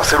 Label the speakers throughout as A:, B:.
A: hacer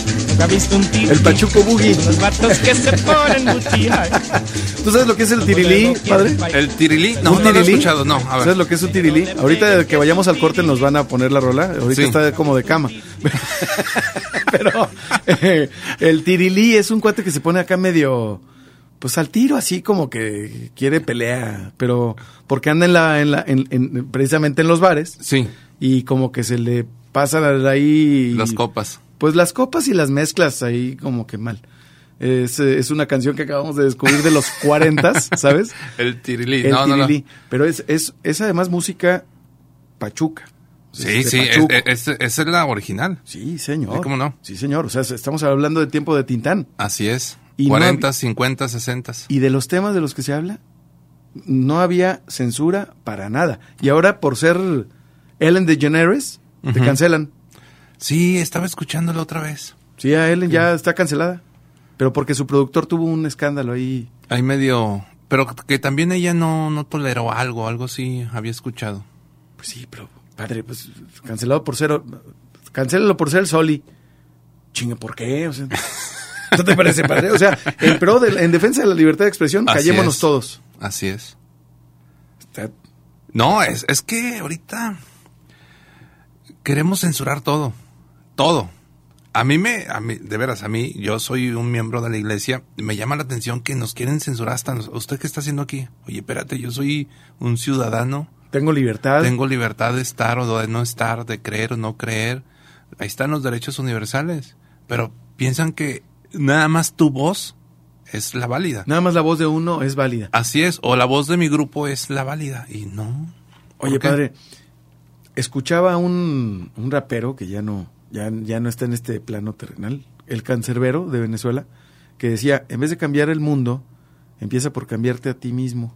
B: Nunca visto un tirili.
C: El Pachuco Boogie.
B: Los vatos que se ponen butía.
C: ¿Tú sabes lo que es el tirilí, padre?
D: El tirilí, no,
C: ¿Un
D: no lo he
C: tirilí?
D: escuchado, no. A
C: ¿Sabes
D: ver.
C: lo que es un tirilí? Ahorita que vayamos al corte nos van a poner la rola. Ahorita
D: Sí.
C: está como de cama. Pero eh, el tirilí es un cuate que se pone acá medio, pues al tiro, así como que quiere pelea. Pero porque anda en la, en la, en- en- precisamente en los bares
D: Sí,
C: y como que se le pasan ahí.
D: las copas.
C: Pues las copas y las mezclas ahí como que mal. Es, eh, es una canción que acabamos de descubrir de los 40, ¿sabes?
D: El tirilí,
C: El
D: no, no, no.
C: tirilí. Pero es, es, es además música pachuca.
D: Sí,
C: Es de
D: sí, es-
C: Pachuco.
D: es- es- esa es la original.
C: Sí, señor.
D: Sí, cómo no.
C: Sí, señor. O sea, se- estamos hablando de tiempo de Tintán.
D: Así es.
C: Y no
D: 40,
C: hab-
D: 50, 60.
C: Y de los temas de los que se habla, no había censura para nada. Y ahora, por ser Ellen DeGeneres, te
D: Ujú.
C: cancelan.
D: Sí, estaba escuchándolo otra vez.
C: Sí, a Ellen ya está cancelada. Pero porque su productor tuvo un escándalo ahí.
D: Ahí medio... Pero que también ella no, no toleró algo, algo sí había escuchado.
C: Pues sí, pero padre, pues cancelado por ser cancélalo por ser Soli. Chinga, ¿por qué? O sea, ¿No te parece padre? O sea, en pro de- en defensa de la libertad de expresión,
D: Así
C: callémonos
D: es.
C: todos.
D: Así es.
C: Está-
D: No, es, es que ahorita queremos censurar todo. Todo. A mí me, a mí, de veras, a mí, yo soy un miembro de la iglesia, me llama la atención que nos quieren censurar hasta nos- usted qué está haciendo aquí. Oye, espérate, yo soy un ciudadano,
C: tengo libertad.
D: tengo libertad de estar o de no estar, de creer o no creer. Ahí están los derechos universales, pero piensan que nada más tu voz es la válida.
C: Nada más la voz de uno es válida.
D: Así es, o la voz de mi grupo es la válida y no. ¿Por
C: Oye,
D: qué?
C: padre, escuchaba un, un rapero que ya no, ya, ya no está en este plano terrenal, el cancerbero de Venezuela, que decía, en vez de cambiar el mundo, empieza por cambiarte a ti mismo.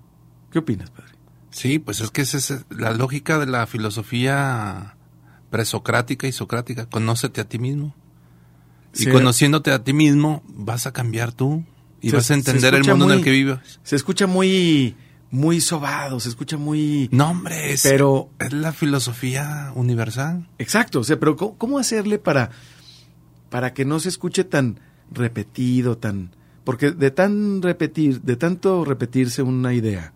C: ¿Qué opinas, padre?
D: Sí, pues es que esa es la lógica de la filosofía presocrática y socrática. Conócete a ti mismo. Y
C: Sí.
D: conociéndote a ti mismo, vas a cambiar tú y
C: Se-
D: vas a entender
C: se
D: el
C: escucha
D: mundo en
C: muy-
D: el que vives.
C: Se escucha muy, muy sobado, se escucha muy...
D: No, hombre, es,
C: Pero-
D: es la filosofía universal.
C: Exacto, o sea, pero ¿cómo, cómo hacerle para, para que no se escuche tan repetido, tan... Porque de tan repetir, de tanto repetirse una idea,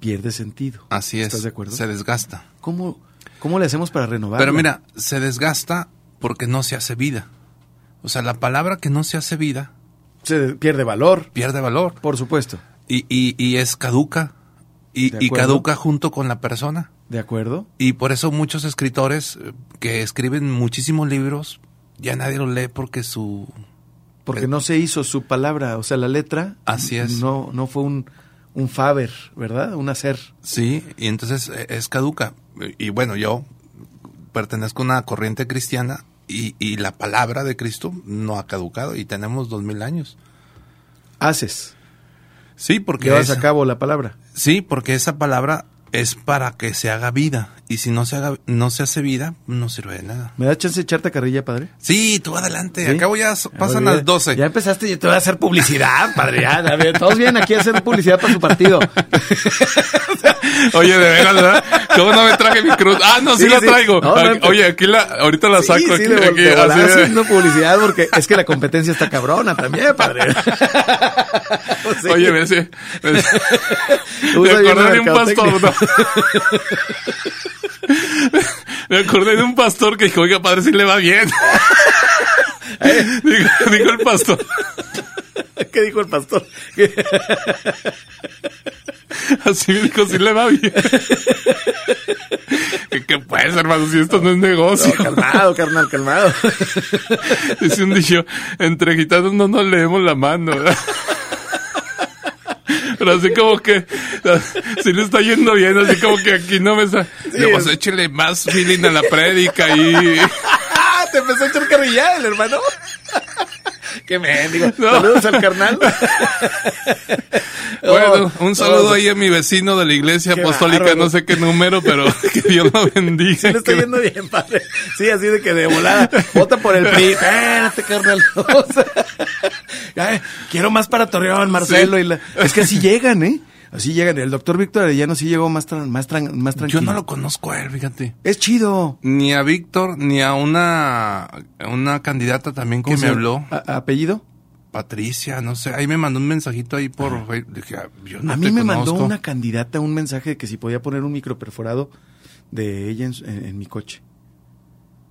C: pierde sentido.
D: Así es.
C: ¿Estás de acuerdo?
D: Se desgasta.
C: ¿Cómo, ¿Cómo le hacemos para renovar?
D: Pero mira, se desgasta porque no se hace vida. O sea, la palabra que no se hace vida
C: Se pierde valor,
D: pierde valor.
C: por supuesto.
D: Y, y- y es caduca. Y-
C: De
D: y
C: acuerdo.
D: caduca junto con la persona.
C: ¿De acuerdo?
D: Y por eso muchos escritores eh, que escriben muchísimos libros, ya nadie los lee porque su...
C: Porque
D: Eh.
C: no se hizo su palabra, o sea, la letra...
D: Así es.
C: No, no fue un, un faber, ¿verdad? Un hacer.
D: Sí, y entonces eh, es caduca. Y bueno, yo pertenezco a una corriente cristiana y, y la palabra de Cristo no ha caducado y tenemos dos mil años.
C: Haces,
D: Sí, porque...
C: llevas
D: esa-
C: a cabo la palabra.
D: Sí, porque esa palabra es para que se haga vida. Y si no se, haga, no se hace vida, no sirve de nada.
C: ¿Me da chance de echarte carrilla, padre?
D: Sí, tú adelante.
C: ¿Sí?
D: Acabo Eh, ya, so- pasan
C: Ahora
D: las 12.
C: Ya empezaste, yo te voy a hacer publicidad, padre. ya, a ver, todos vienen aquí a hacer publicidad para su partido.
D: Oye, de veras, ¿verdad? ¿Cómo no me traje mi cruz? Ah, no, sí,
C: Sí,
D: la
C: sí.
D: traigo.
C: No, no,
D: Aquí-
C: te-
D: Oye, aquí la, ahorita la saco. aquí,
C: de vol-
D: aquí,
C: de volada
D: así de-
C: haciendo publicidad porque es que la competencia está cabrona también, padre. Sí.
D: Oye, me decía, me decía- me
C: Usa bien
D: acordé de un
C: mercadotecnia.
D: pastor. ¿no? Me acordé de un pastor que dijo, oiga, padre, si le va bien.
C: Eh.
D: Dijo, dijo el pastor,
C: ¿Qué dijo el pastor?
D: así dijo, si le va bien. ¿Qué- ¿Qué pues, hermano? Si esto no es negocio.
C: calmado, carnal, calmado.
D: Dice un dicho, entre gitanos no nos leemos la mano. ¿verdad? Pero así como que, si le está yendo bien, así como que aquí no me está... Le pues
C: es-
D: échele más feeling a la prédica y...
C: Te empezó a echar carrilla el hermano. Qué mendigo. Saludos al carnal.
D: Bueno,
C: Oh,
D: un saludo
C: oh,
D: ahí a mi vecino de la iglesia
C: Qué
D: apostólica,
C: bárbaro.
D: no sé qué número, pero que Dios lo bendiga.
C: Sí, le está
D: que-
C: yendo bien, padre. Sí, así de que de volada. Vota por el PRI. Espérate, carnal. O sea, ay, quiero más para Torreón, Marcelo.
D: Sí.
C: Y la... Es que así llegan, ¿eh? Así llegan. El doctor Víctor Arellano sí llegó más, tran- más, tran- más tranquilo.
D: Yo no lo conozco a él, fíjate.
C: Es chido.
D: Ni a Víctor, ni a una, a una candidata también que
C: ¿Cómo
D: me
C: se-
D: habló,
C: a- ¿Apellido?
D: Patricia, no sé, ahí me mandó un mensajito ahí por Facebook, dije, ah, yo no
C: a
D: te
C: mí me mandó
D: conozco.
C: una candidata un mensaje de que si podía poner un micro perforado de ella en, su- en- en mi coche.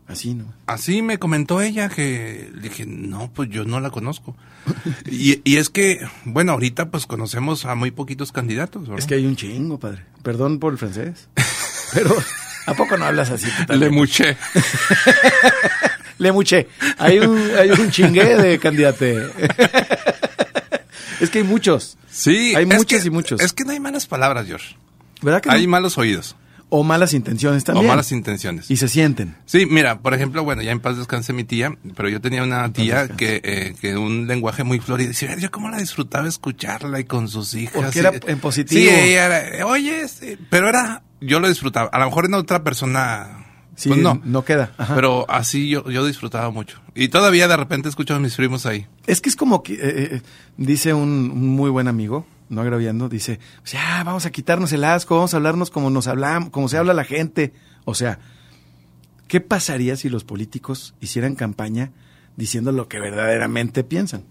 C: Así, ¿no?
D: Así me comentó ella que le dije, no, pues yo no la conozco. y, y es que, bueno, ahorita pues conocemos a muy poquitos candidatos, ¿verdad?
C: Es que hay un chingo, padre. Perdón por el francés. Pero, ¿a poco no hablas así? tú
D: le
C: también?
D: muché.
C: Le muché. Hay un, hay un chingue de candidate. es que hay muchos.
D: Sí,
C: Hay
D: es
C: muchos
D: que-
C: y muchos.
D: Es que no hay malas palabras, George.
C: ¿Verdad que no?
D: Hay malos oídos
C: O malas intenciones también.
D: o malas intenciones.
C: Y se sienten.
D: Sí, mira, por ejemplo, bueno, ya en paz descanse mi tía, pero yo tenía una tía que, eh, que un lenguaje muy florido. Decía, yo cómo la disfrutaba escucharla y con sus hijas.
C: Porque
D: y- eh".
C: era en positivo.
D: Sí, ella era, oye, sí", pero era, yo lo disfrutaba. A lo mejor en otra persona,
C: Sí,
D: pues no.
C: no queda. Ajá.
D: Pero así yo, yo disfrutaba mucho. Y todavía de repente escucho a mis primos ahí.
C: Es que es como que, eh, eh, dice un, un muy buen amigo, no agraviando, dice, pues ya, vamos a quitarnos el asco, vamos a hablarnos como nos hablamos, como se habla la gente. O sea, ¿qué pasaría si los políticos hicieran campaña diciendo lo que verdaderamente piensan?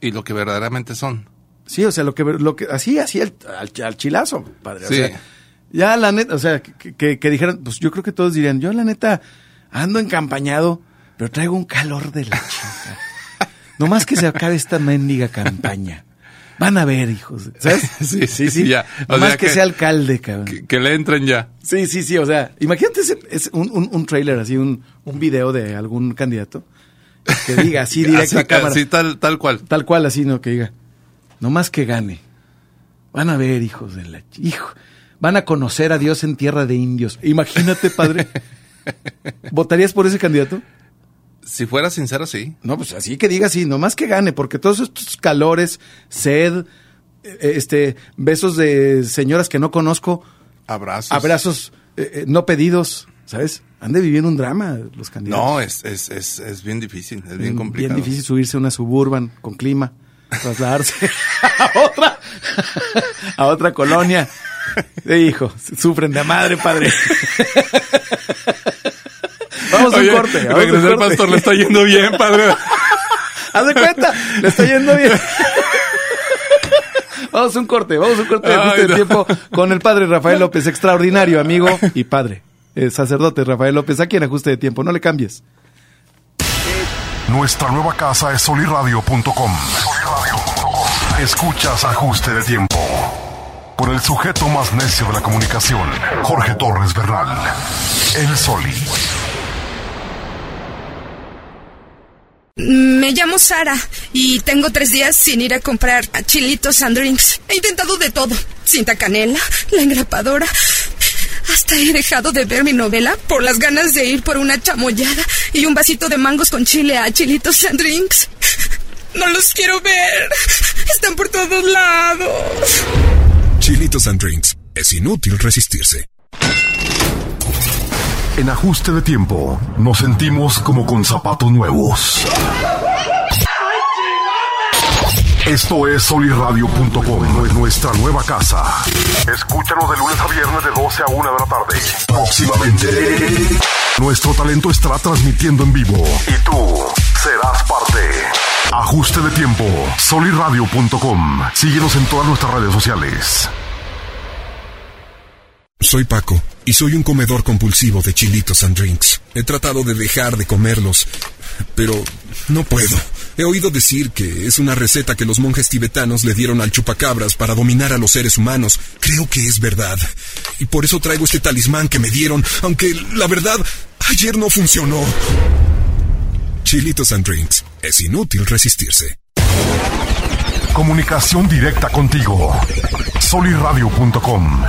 D: Y lo que verdaderamente son.
C: Sí, o sea, lo que, lo que así, así al, al, al chilazo, padre. O
D: Sí.
C: sea, ya la neta, o sea, que, que, que dijeran, pues yo creo que todos dirían, yo la neta ando encampañado, pero traigo un calor de la chingada. Nomás que se acabe esta mendiga campaña. Van a ver, hijos. ¿Sabes?
D: Sí, sí, ya. O
C: Nomás
D: sea
C: que,
D: que-
C: sea alcalde, cabrón.
D: Que, que le entren ya.
C: Sí, sí, sí. O sea, imagínate ese- es un, un, un trailer así, un, un video de algún candidato que diga así directo
D: Así,
C: a cámara.
D: así tal, tal cual.
C: Tal cual, así, ¿no? Que diga, nomás que gane. Van a ver, hijos de la... ch- Hijo, van a conocer a Dios en tierra de indios. Imagínate, padre. ¿Votarías por ese candidato?
D: Si fuera sincero, sí.
C: No, pues así que diga así, nomás que gane, porque todos estos calores, sed, eh, este, besos de señoras que no conozco,
D: Abrazos.
C: abrazos eh, eh, no pedidos, ¿sabes? Han de vivir un drama los candidatos.
D: No, es, es, es, es bien difícil, es bien complicado.
C: difícil subirse a una suburban con clima, trasladarse a otra, a otra colonia. Eh, hijo, sufren de madre, padre. Vamos a un
D: Oye,
C: corte. vamos a un
D: regresé al
C: corte.
D: pastor, le está yendo bien, padre.
C: Haz de cuenta, le está yendo bien. Vamos a un corte, vamos a un corte de
D: Ay,
C: ajuste de
D: no.
C: tiempo con el padre Rafael López, extraordinario amigo y padre, eh, sacerdote Rafael López, aquí en ajuste de tiempo, no le cambies.
A: Nuestra nueva casa es soliradio.com. Escuchas ajuste de tiempo. Por el sujeto más necio de la comunicación, Jorge Torres Bernal. El Soli.
E: Me llamo Sara y tengo tres días sin ir a comprar chilitos and drinks. He intentado de todo. Cinta canela, la engrapadora. Hasta he dejado de ver mi novela por las ganas de ir por una chamoyada y un vasito de mangos con chile a chilitos and drinks. No los quiero ver. Están por todos lados.
F: Chilitos and Drinks. Es inútil resistirse.
A: En ajuste de tiempo, nos sentimos como con zapatos nuevos. Esto es soliradio.com, nuestra nueva casa. Escúchanos de lunes a viernes de 12 a 1 de la tarde. Próximamente. Nuestro talento estará transmitiendo en vivo. Y tú serás parte. Ajuste de tiempo, soliradio.com. Síguenos en todas nuestras redes sociales.
F: Soy Paco y soy un comedor compulsivo de chilitos and drinks. He tratado de dejar de comerlos, pero no puedo. He oído decir que es una receta que los monjes tibetanos le dieron al chupacabras para dominar a los seres humanos. Creo que es verdad. Y por eso traigo este talismán que me dieron, aunque la verdad, ayer no funcionó. Chilitos and drinks. Es inútil resistirse.
A: Comunicación directa contigo. Soliradio.com.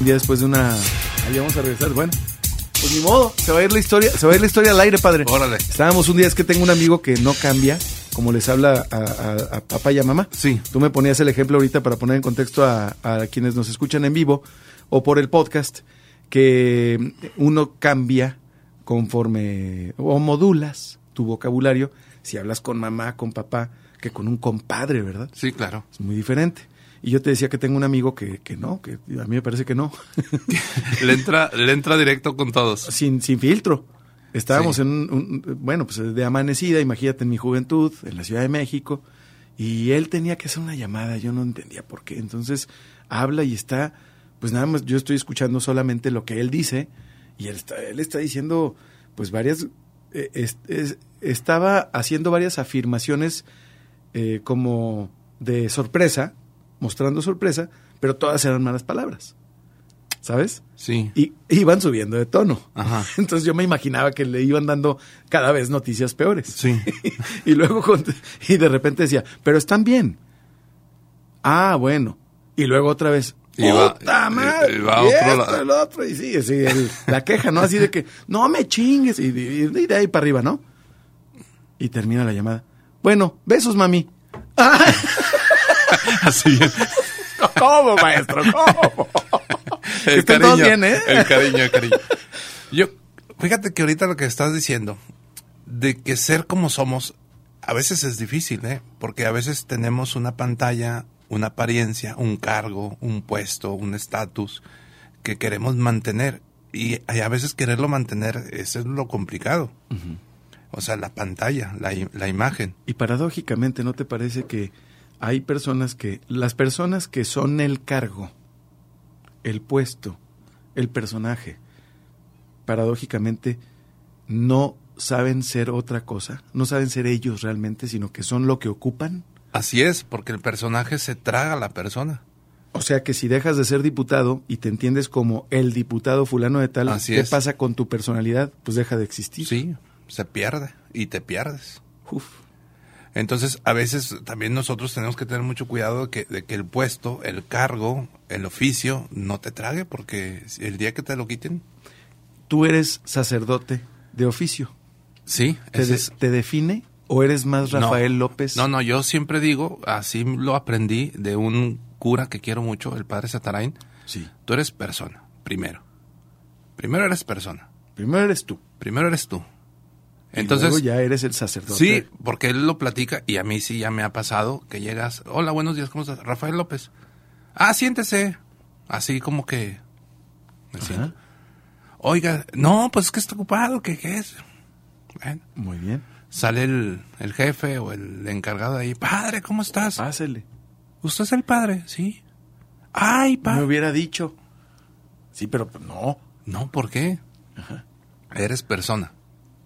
C: Un día después de una... Ahí vamos a regresar, bueno. Pues ni modo, se va a ir la historia, se va a ir la historia al aire, padre.
D: Órale.
C: Estábamos un día, es que tengo un amigo que no cambia, como les habla a, a- a papá y a mamá.
D: Sí.
C: Tú me ponías el ejemplo ahorita para poner en contexto a, a quienes nos escuchan en vivo o por el podcast, que uno cambia conforme o modulas tu vocabulario si hablas con mamá, con papá, que con un compadre, ¿verdad?
D: Sí, claro.
C: Es muy diferente. Y yo te decía que tengo un amigo que, que no, que a mí me parece que no.
D: Le entra, le entra directo con todos.
C: sin, sin filtro. Estábamos
D: Sí.
C: en un, un- bueno, pues de amanecida, imagínate en mi juventud, en la Ciudad de México, y él tenía que hacer una llamada, yo no entendía por qué. Entonces habla y está, pues nada más, yo estoy escuchando solamente lo que él dice, y él está, él está diciendo, pues varias, eh, es- es- estaba haciendo varias afirmaciones eh, como de sorpresa, mostrando sorpresa, pero todas eran malas palabras, ¿sabes?
D: Sí.
C: y iban subiendo de tono.
D: Ajá.
C: Entonces yo me imaginaba que le iban dando cada vez noticias peores.
D: Sí.
C: y luego con- y de repente decía, pero están bien. Ah, bueno. Y luego otra vez,
D: Y va-
C: ¡puta madre!
D: y va
C: y
D: otro
C: esto,
D: lado.
C: el otro, y sí, sí, el- la queja, ¿no? Así de que, no me chingues, y, y- y de ahí para arriba, ¿no? Y termina la llamada. Bueno, besos, mami.
D: Así.
C: ¿Cómo, maestro? ¿Cómo? Que estén todos bien, ¿eh?
D: El cariño, el cariño. Yo, fíjate que ahorita lo que estás diciendo, de que ser como somos, a veces es difícil, ¿eh? Porque a veces tenemos una pantalla, una apariencia, un cargo, un puesto, un estatus que queremos mantener. Y y a veces quererlo mantener, eso es lo complicado. O sea, la pantalla, la, i- la imagen.
C: Y paradójicamente, ¿no te parece que hay personas que, las personas que son el cargo, el puesto, el personaje, paradójicamente no saben ser otra cosa, no saben ser ellos realmente, sino que son lo que ocupan?
D: Así es, porque el personaje se traga a la persona.
C: O sea que si dejas de ser diputado y te entiendes como el diputado fulano de tal,
D: Así
C: ¿qué
D: es.
C: pasa con tu personalidad? Pues deja de existir.
D: Sí, se pierde y te pierdes.
C: Uf.
D: Entonces, a veces también nosotros tenemos que tener mucho cuidado de que, de que el puesto, el cargo, el oficio no te trague, porque el día que te lo quiten,
C: Tú eres sacerdote de oficio.
D: sí,
C: ¿Te,
D: ese
C: de-
D: es-
C: te define o eres más
D: no.
C: Rafael López?
D: No, no, yo siempre digo, así lo aprendí de un cura que quiero mucho, el padre Satarain,
C: Sí.
D: tú eres persona, primero. Primero eres persona,
C: Primero eres tú.
D: primero eres tú.
C: y
D: Entonces,
C: luego ya eres el sacerdote.
D: Sí, porque él lo platica y a mí sí ya me ha pasado que llegas, hola, buenos días, ¿cómo estás? Rafael López. Ah, siéntese. Así como que... me siento. Oiga, no, pues es que está ocupado, ¿qué, qué es? Bueno,
C: Muy bien.
D: sale el, el jefe o el encargado ahí, padre, ¿cómo estás?
C: Pásele.
D: ¿Usted es el padre? Sí. Ay,
C: Me
D: padre.
C: hubiera dicho. Sí, pero pues, no.
D: No, ¿por qué? Eres persona.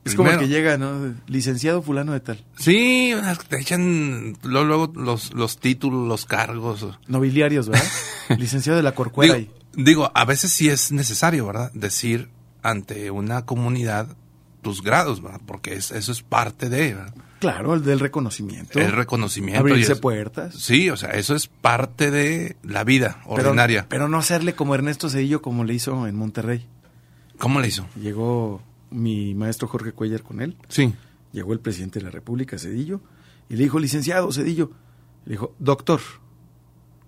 C: Es como el
D: Primero.
C: que llega, ¿no? Licenciado fulano de tal.
D: Sí, te echan luego, luego los, los títulos, los cargos.
C: Nobiliarios, ¿verdad? Licenciado de la Corcuera.
D: Digo, digo, a veces sí es necesario, ¿verdad? Decir ante una comunidad tus grados, ¿verdad? Porque es- eso es parte de ¿verdad?
C: y- claro, el del reconocimiento.
D: el reconocimiento. y
C: Abrirse
D: es-
C: puertas.
D: Sí, o sea, eso es parte de la vida
C: Pero-
D: ordinaria.
C: Pero, no hacerle como Ernesto Cedillo, como le hizo en Monterrey.
D: ¿Cómo le hizo?
C: Llegó mi maestro Jorge Cuellar con él.
D: Sí.
C: Llegó el presidente de la República, Cedillo, y le dijo, licenciado Cedillo. Le dijo, doctor,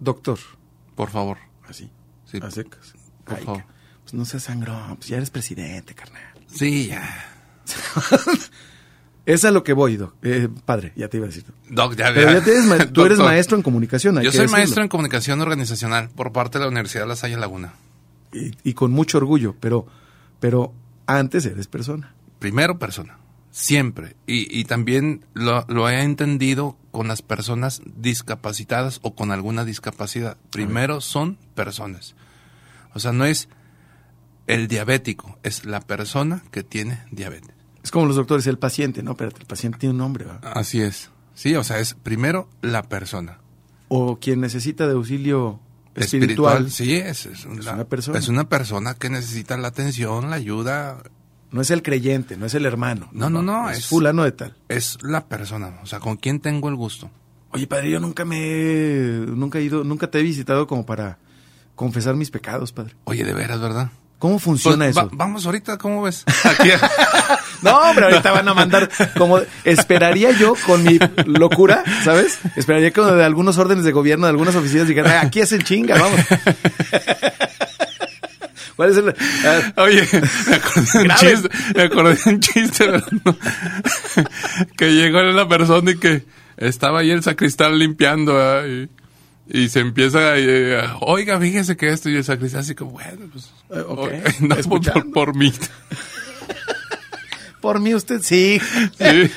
C: doctor.
D: Por favor.
C: Así.
D: Sí.
C: A secas.
D: Por
C: Ay,
D: favor.
C: ca- Pues no seas sangrón, pues ya eres presidente, carnal.
D: Sí, ya.
C: Es a lo que voy, doc. Eh, padre, ya te iba a decir.
D: Doc, ya,
C: Pero
D: ya.
C: ya te eres ma- tú eres
D: Doctor,
C: maestro en comunicación. hay
D: Yo
C: que
D: soy
C: decirlo.
D: maestro en comunicación organizacional por parte de la Universidad de La Salle Laguna.
C: Y, y con mucho orgullo, pero, pero antes eres persona.
D: primero persona, siempre. Y, y también lo, lo he entendido con las personas discapacitadas o con alguna discapacidad. Primero son personas. O sea, no es el diabético, es la persona que tiene diabetes.
C: Es como los doctores, el paciente, ¿no? Espérate, el paciente tiene un nombre, ¿va?
D: Así es. Sí, o sea, es primero la persona.
C: O quien necesita de auxilio espiritual.
D: Espiritual, sí, es, es una,
C: una persona.
D: Es una persona que necesita la atención, la ayuda,
C: No es el creyente, no es el hermano.
D: No, no, no,
C: Es,
D: es-
C: fulano de tal.
D: es la persona. O sea, con quién tengo el gusto.
C: Oye, padre, yo nunca me he- nunca he ido, nunca te he visitado como para confesar mis pecados, padre.
D: Oye, de veras, ¿verdad?
C: ¿Cómo
D: Pues,
C: funciona
D: va-
C: eso?
D: vamos ahorita, ¿cómo ves? Aquí.
C: No, pero ahorita van a mandar como esperaría yo con mi locura, ¿sabes? Esperaría que de algunos órdenes de gobierno, de algunas oficinas digan, "Ah, aquí es el chinga, vamos. ¿Cuál es el? ah,
D: Oye, me acordé de un
C: Grave.
D: chiste, me acordé de un chiste, pero no. que llegó una persona y que estaba ahí el sacristán limpiando ¿verdad? y, y se empieza, eh, a, oiga, fíjese que esto y el sacristán así como, bueno, pues,
C: Eh, ok,
D: o- no, pues. por- por,
C: escuchando.
D: por mí.
C: por mí usted sí.
D: Sí.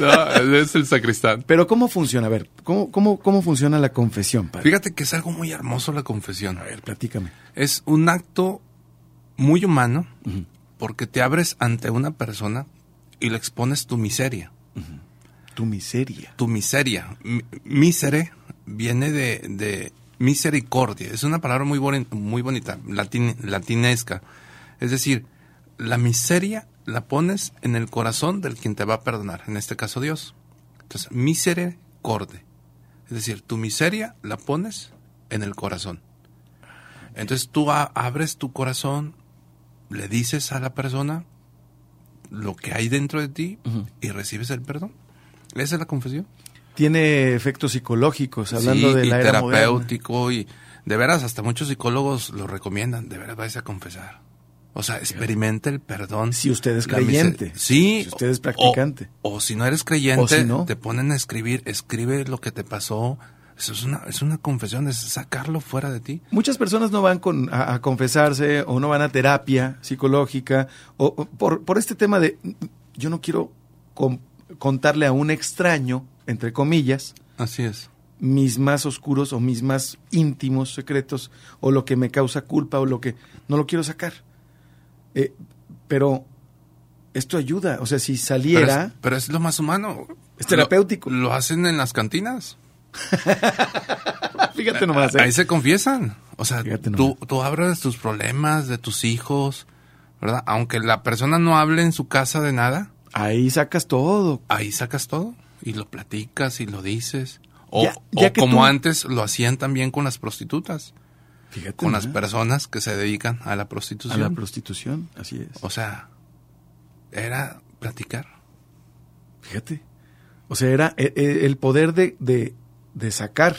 D: No, es el sacristán.
C: Pero ¿cómo funciona? A ver, ¿cómo, cómo, cómo funciona la confesión, padre?
D: Fíjate que es algo muy hermoso la confesión.
C: A ver, platícame.
D: Es un acto muy humano porque te abres ante una persona y le expones tu miseria.
C: Tu miseria.
D: tu miseria. Mi- Misere viene de, de misericordia. Es una palabra muy, boni- muy bonita, latin- latinesca. Es decir, la miseria la pones en el corazón del quien te va a perdonar, en este caso Dios. Entonces, misericorde. Es decir, tu miseria la pones en el corazón. Entonces tú a- abres tu corazón, le dices a la persona lo que hay dentro de ti y recibes el perdón. Esa es la confesión.
C: Tiene efectos psicológicos, hablando
D: Sí,
C: de la
D: y
C: era moderna.
D: terapéutico y de veras hasta muchos psicólogos lo recomiendan, de veras vais a confesar. O sea, experimenta el perdón.
C: Si usted es
D: La miser-
C: creyente.
D: Sí.
C: Si usted es
D: o-
C: practicante.
D: O, si no eres creyente,
C: O si no.
D: te ponen a escribir, escribe lo que te pasó. Eso es una, es una confesión, es sacarlo fuera de ti.
C: Muchas personas no van con, a, a confesarse o no van a terapia psicológica o, o por, por este tema de "Mm, yo no quiero con- contarle a un extraño, entre comillas,
D: Así es.
C: mis más oscuros o mis más íntimos secretos o lo que me causa culpa o lo que no lo quiero sacar. Eh, pero esto ayuda, o sea, si
D: Pero
C: saliera...
D: es, pero es lo más humano.
C: Es terapéutico.
D: Lo, lo hacen en las cantinas.
C: Fíjate nomás, ¿eh?
D: Ahí se confiesan. O sea,
C: Fíjate
D: tú, tú hablas de tus problemas, de tus hijos, ¿verdad? Aunque la persona no hable en su casa de nada,
C: Ahí sacas todo.
D: ahí sacas todo y lo platicas y lo dices. O,
C: Ya- ya
D: o
C: que
D: como
C: tú-
D: antes lo hacían también con las prostitutas,
C: Fíjate
D: con las
C: nomás.
D: personas que se dedican a la
C: Ah, A
D: prostitución.
C: la prostitución, así es.
D: o sea, era platicar.
C: Fíjate. O sea, era e- e- el poder de, de, de sacar.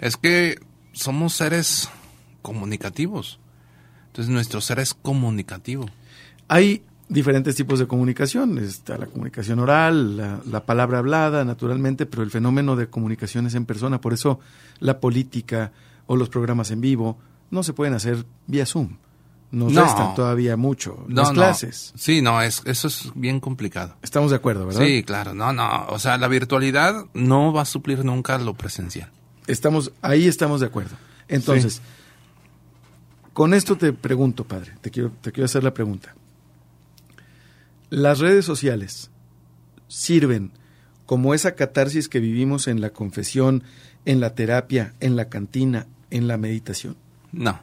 D: Es que somos seres comunicativos. Entonces nuestro ser es comunicativo.
C: Hay diferentes tipos de comunicación. Está la comunicación oral, la, la palabra hablada, naturalmente, pero el fenómeno de comunicación es en persona. Por eso la política o los programas en vivo no se pueden hacer vía Zoom. Nos
D: No.
C: restan todavía mucho las clases.
D: Sí, no, es, eso es bien complicado.
C: Estamos de acuerdo, ¿verdad?
D: Sí, claro, no, no. O sea, la virtualidad no va a suplir nunca lo presencial.
C: Estamos, ahí estamos de acuerdo. Entonces, con esto te pregunto, padre, te quiero, te quiero hacer la pregunta. ¿Las redes sociales sirven como esa catarsis que vivimos en la confesión, en la terapia, en la cantina, en la meditación?
D: No,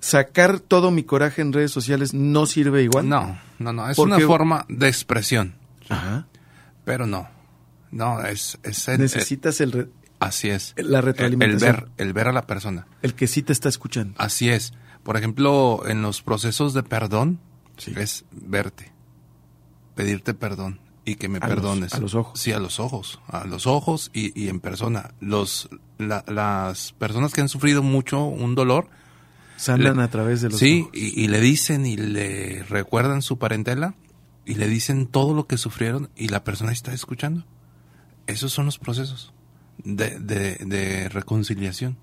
C: ¿Sacar todo mi coraje en redes sociales no sirve igual?
D: no, no, no. Es
C: ¿Por
D: una
C: qué?
D: forma de expresión,
C: Ajá.
D: pero no. No, es, es el-
C: Necesitas el, re-
D: eh, así es.
C: la retroalimentación.
D: El, el ver, el ver a la persona.
C: el que sí te está escuchando.
D: Así es. Por ejemplo, en los procesos de perdón,
C: Sí.
D: es verte, pedirte perdón y que me
C: A los-
D: perdones.
C: a los ojos.
D: Sí, a los ojos, a los ojos y, y en persona. Los, la- las personas que han sufrido mucho un dolor,
C: Sanan
D: Le-
C: a través de los
D: sí,
C: ojos.
D: y, y le dicen y le recuerdan su parentela y le dicen todo lo que sufrieron y la persona está escuchando. Esos son los procesos de, de, de reconciliación.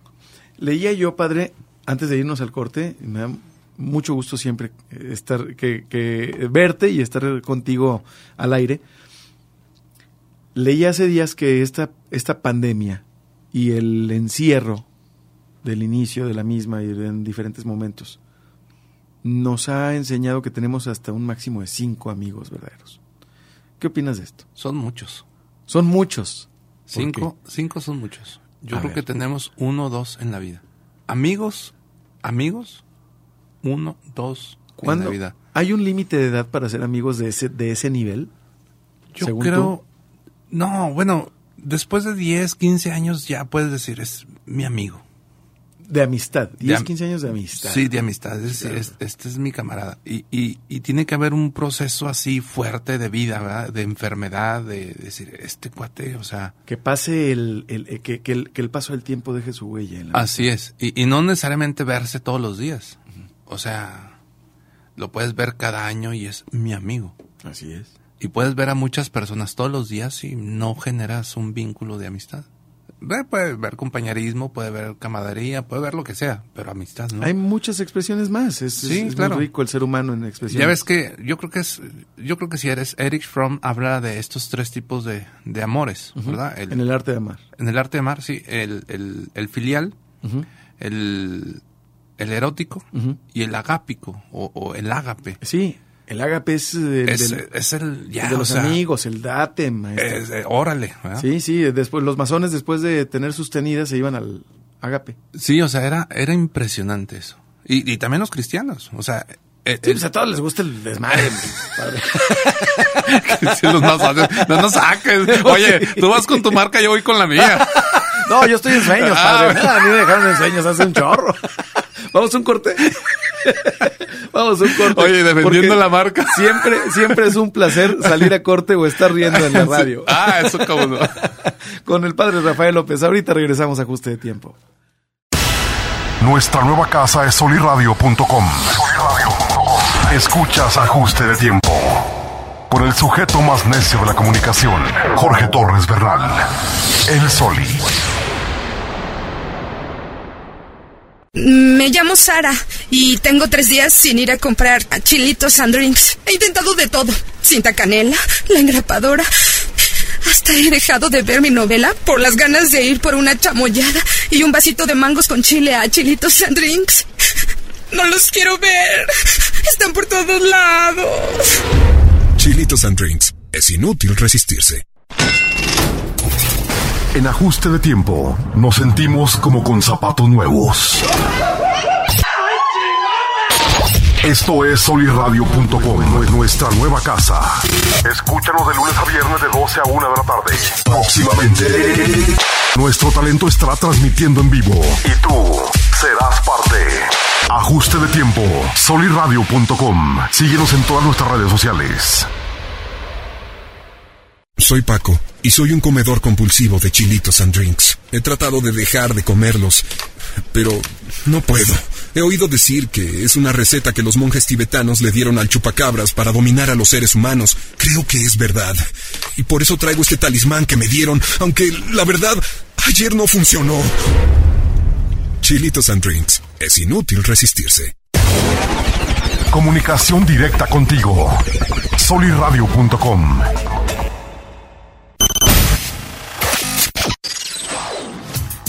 C: Leía yo, padre, antes de irnos al corte, me da mucho gusto siempre eh, estar que, que verte y estar contigo al aire. Leía hace días que esta, esta pandemia y el encierro del inicio de la misma y en diferentes momentos nos ha enseñado que tenemos hasta un máximo de cinco amigos verdaderos. ¿Qué opinas de esto?
D: Son muchos.
C: Son muchos.
D: Cinco, cinco son muchos. Yo
C: A
D: creo
C: ver.
D: que tenemos uno o dos en la vida. Amigos, amigos, uno, dos en
C: ¿Cuándo?
D: la vida.
C: ¿Hay un límite de edad para ser amigos de ese, de ese nivel?
D: Yo
C: según
D: creo... No, bueno, después de 10, 15 años ya puedes decir, es mi amigo.
C: De amistad. 10,
D: am-
C: 15 años de amistad.
D: Sí, de amistad. Es decir, es- este es mi camarada. Y, y- y tiene que haber un proceso así fuerte de vida, ¿verdad? De enfermedad, de, de decir, este cuate, o sea,
C: Que pase el, el- eh, que, que el, que el paso del tiempo deje su huella. En la...
D: así es. Y, y no necesariamente verse todos los días. O sea, lo puedes ver cada año y es mi amigo.
C: Así es.
D: Y puedes ver a muchas personas todos los días y no generas un vínculo de amistad. Ve, Puede ver compañerismo, puede ver camaradería, puede ver lo que sea, pero amistad no.
C: Hay muchas expresiones más. Es, es-
D: Sí,
C: es muy
D: claro.
C: rico el ser humano en expresiones.
D: Ya ves que yo creo que es, yo creo que si eres Eric Fromm habla de estos tres tipos de, de amores, ¿verdad? El-
C: en el arte de amar.
D: arte de amar, sí, el, el- el filial, el, el erótico
C: Ujú.
D: y el agápico o, o el ágape.
C: Sí, el ágape es el,
D: es,
C: del-
D: es el ya,
C: el de
D: o
C: los
D: sea,
C: amigos, el date, maestro.
D: es- eh, órale, ¿verdad?
C: Sí, sí, después los masones después de tener sus tenidas se iban al ágape.
D: Sí, o sea, era, era impresionante eso. Y, y también los cristianos, o sea, eh,
C: Sí,
D: el-
C: pues a todos les gusta el desmadre.
D: sí, los más fáciles. no nos
C: Oh,
D: saques. Oye, tú vas con tu marca, yo voy con la mía.
C: no, yo estoy en sueños,
D: Ah,
C: padre. a mí me dejaron en sueños hace un chorro. Vamos a un corte. Vamos a un corte.
D: Oye, defendiendo
C: Porque
D: la marca.
C: Siempre, siempre es un placer salir a corte o estar riendo en la radio.
D: Ah, eso como no.
C: Con el padre Rafael López. Ahorita regresamos a ajuste de tiempo.
A: Nuestra nueva casa es soliradio.com. Escuchas ajuste de tiempo. Con el sujeto más necio de la comunicación, Jorge Torres Bernal. El Soli.
E: Me llamo Sara y tengo tres días sin ir a comprar chilitos and drinks. He intentado de todo. Cinta canela, la engrapadora. Hasta he dejado de ver mi novela por las ganas de ir por una chamoyada y un vasito de mangos con chile a chilitos and drinks. No los quiero ver. Están por todos lados.
F: Chilitos and Drinks. Es inútil resistirse.
A: En ajuste de tiempo, nos sentimos como con zapatos nuevos. Esto es soliradio.com, nuestra nueva casa. Escúchanos de lunes a viernes de 12 a 1 de la tarde. Próximamente. Nuestro talento estará transmitiendo en vivo. Y tú serás parte. Ajuste de tiempo, soliradio.com. Síguenos en todas nuestras redes sociales.
F: Soy Paco y soy un comedor compulsivo de chilitos and drinks. He tratado de dejar de comerlos, pero no puedo. He oído decir que es una receta que los monjes tibetanos le dieron al chupacabras para dominar a los seres humanos. Creo que es verdad. Y por eso traigo este talismán que me dieron, aunque la verdad, ayer no funcionó. Chilitos and drinks. Es inútil resistirse.
A: Comunicación directa contigo. Soliradio.com.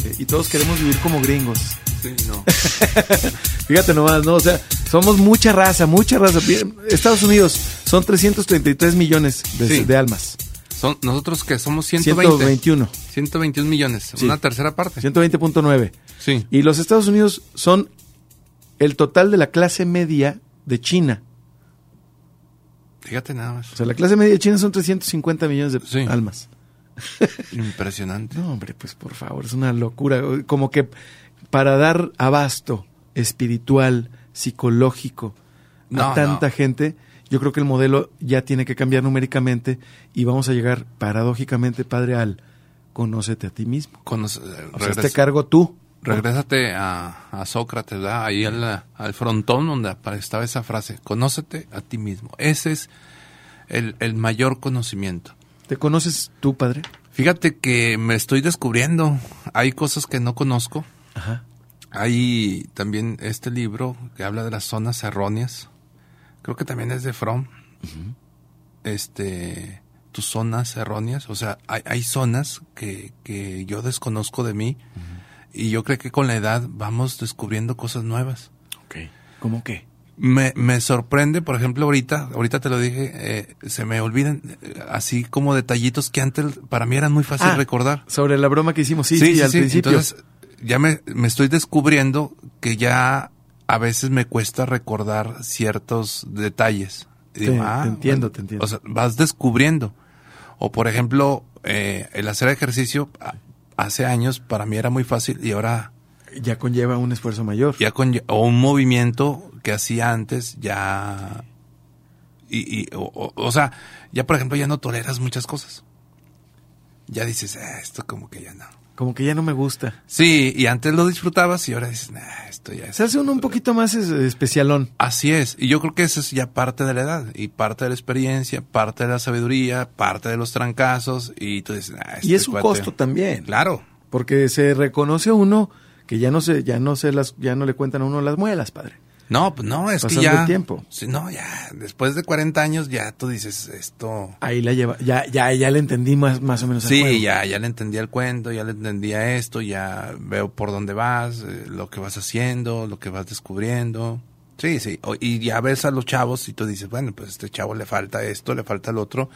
C: Eh, Y todos queremos vivir como gringos.
D: Sí, no.
C: Fíjate nomás, ¿no? O sea, somos mucha raza, mucha raza. Bien, Estados Unidos son 333 millones de,
D: Sí.
C: de almas.
D: Son, nosotros que somos 120.
C: 121.
D: 121 millones,
C: Sí.
D: una tercera parte.
C: 120.9.
D: Sí.
C: Y los Estados Unidos son el total de la clase media de China.
D: Fíjate nada más.
C: O sea, la clase media de China son 350 millones de
D: Sí.
C: almas.
D: Impresionante.
C: No, hombre, pues por favor, es una locura. Como que para dar abasto espiritual, psicológico a
D: No,
C: tanta
D: no.
C: gente, yo creo que el modelo ya tiene que cambiar numéricamente y vamos a llegar paradójicamente, padre, al conócete a ti mismo.
D: Conoce- eh,
C: O sea,
D: regresa-
C: este cargo tú.
D: regrésate a, a Sócrates, ¿verdad? ahí al, al frontón donde apa- estaba esa frase. Conócete a ti mismo. Ese es el, el mayor conocimiento.
C: ¿Te conoces tú, padre?
D: Fíjate que me estoy descubriendo. Hay cosas que no conozco.
C: Ajá.
D: Hay también este libro que habla de las zonas erróneas. Creo que también es de Fromm. Este, tus zonas erróneas. O sea, hay, hay zonas que, que yo desconozco de mí. Y yo creo que con la edad vamos descubriendo cosas nuevas.
C: Ok. ¿Cómo qué?
D: Me, me sorprende, por ejemplo, ahorita, ahorita te lo dije, eh, se me olvidan eh, así como detallitos que antes para mí eran muy fácil
C: Ah,
D: recordar.
C: Sobre la broma que hicimos, sí, sí, al principio.
D: Entonces, ya me, me estoy descubriendo que ya a veces me cuesta recordar ciertos detalles. Y
C: Te- te entiendo, te entiendo.
D: O sea, vas descubriendo. O por ejemplo, eh, el hacer ejercicio a- hace años para mí era muy fácil y ahora
C: ya conlleva un esfuerzo mayor.
D: ya con, o un movimiento que hacía antes ya y, y- o, o- o sea ya por ejemplo ya no toleras muchas cosas ya dices "Ah, esto como que ya no
C: Como que ya no me gusta.
D: sí y antes lo disfrutabas y ahora dices "Nah, esto ya es
C: Se hace uno un poquito más es- especialón.
D: así es y yo creo que eso es ya parte de la edad y parte de la experiencia parte de la sabiduría parte de los trancazos y tú dices "Nah,
C: Y
D: este
C: es un
D: cuate".
C: costo también.
D: claro
C: Porque se reconoce uno que ya no se, ya no se las, ya no le cuentan a uno las muelas, padre.
D: no pues no es
C: Pasando
D: que ya
C: el tiempo.
D: Sí, no ya después de 40 años ya tú dices esto
C: Ahí la lleva, ya, ya, ya le entendí más, más o menos. al juego.
D: Sí, ya, ya le entendía el cuento, ya le entendía esto, ya veo por dónde vas, eh, lo que vas haciendo, lo que vas descubriendo. Sí, sí. O- Y ya ves a los chavos y tú dices, bueno, pues a este chavo le falta esto, le falta el otro,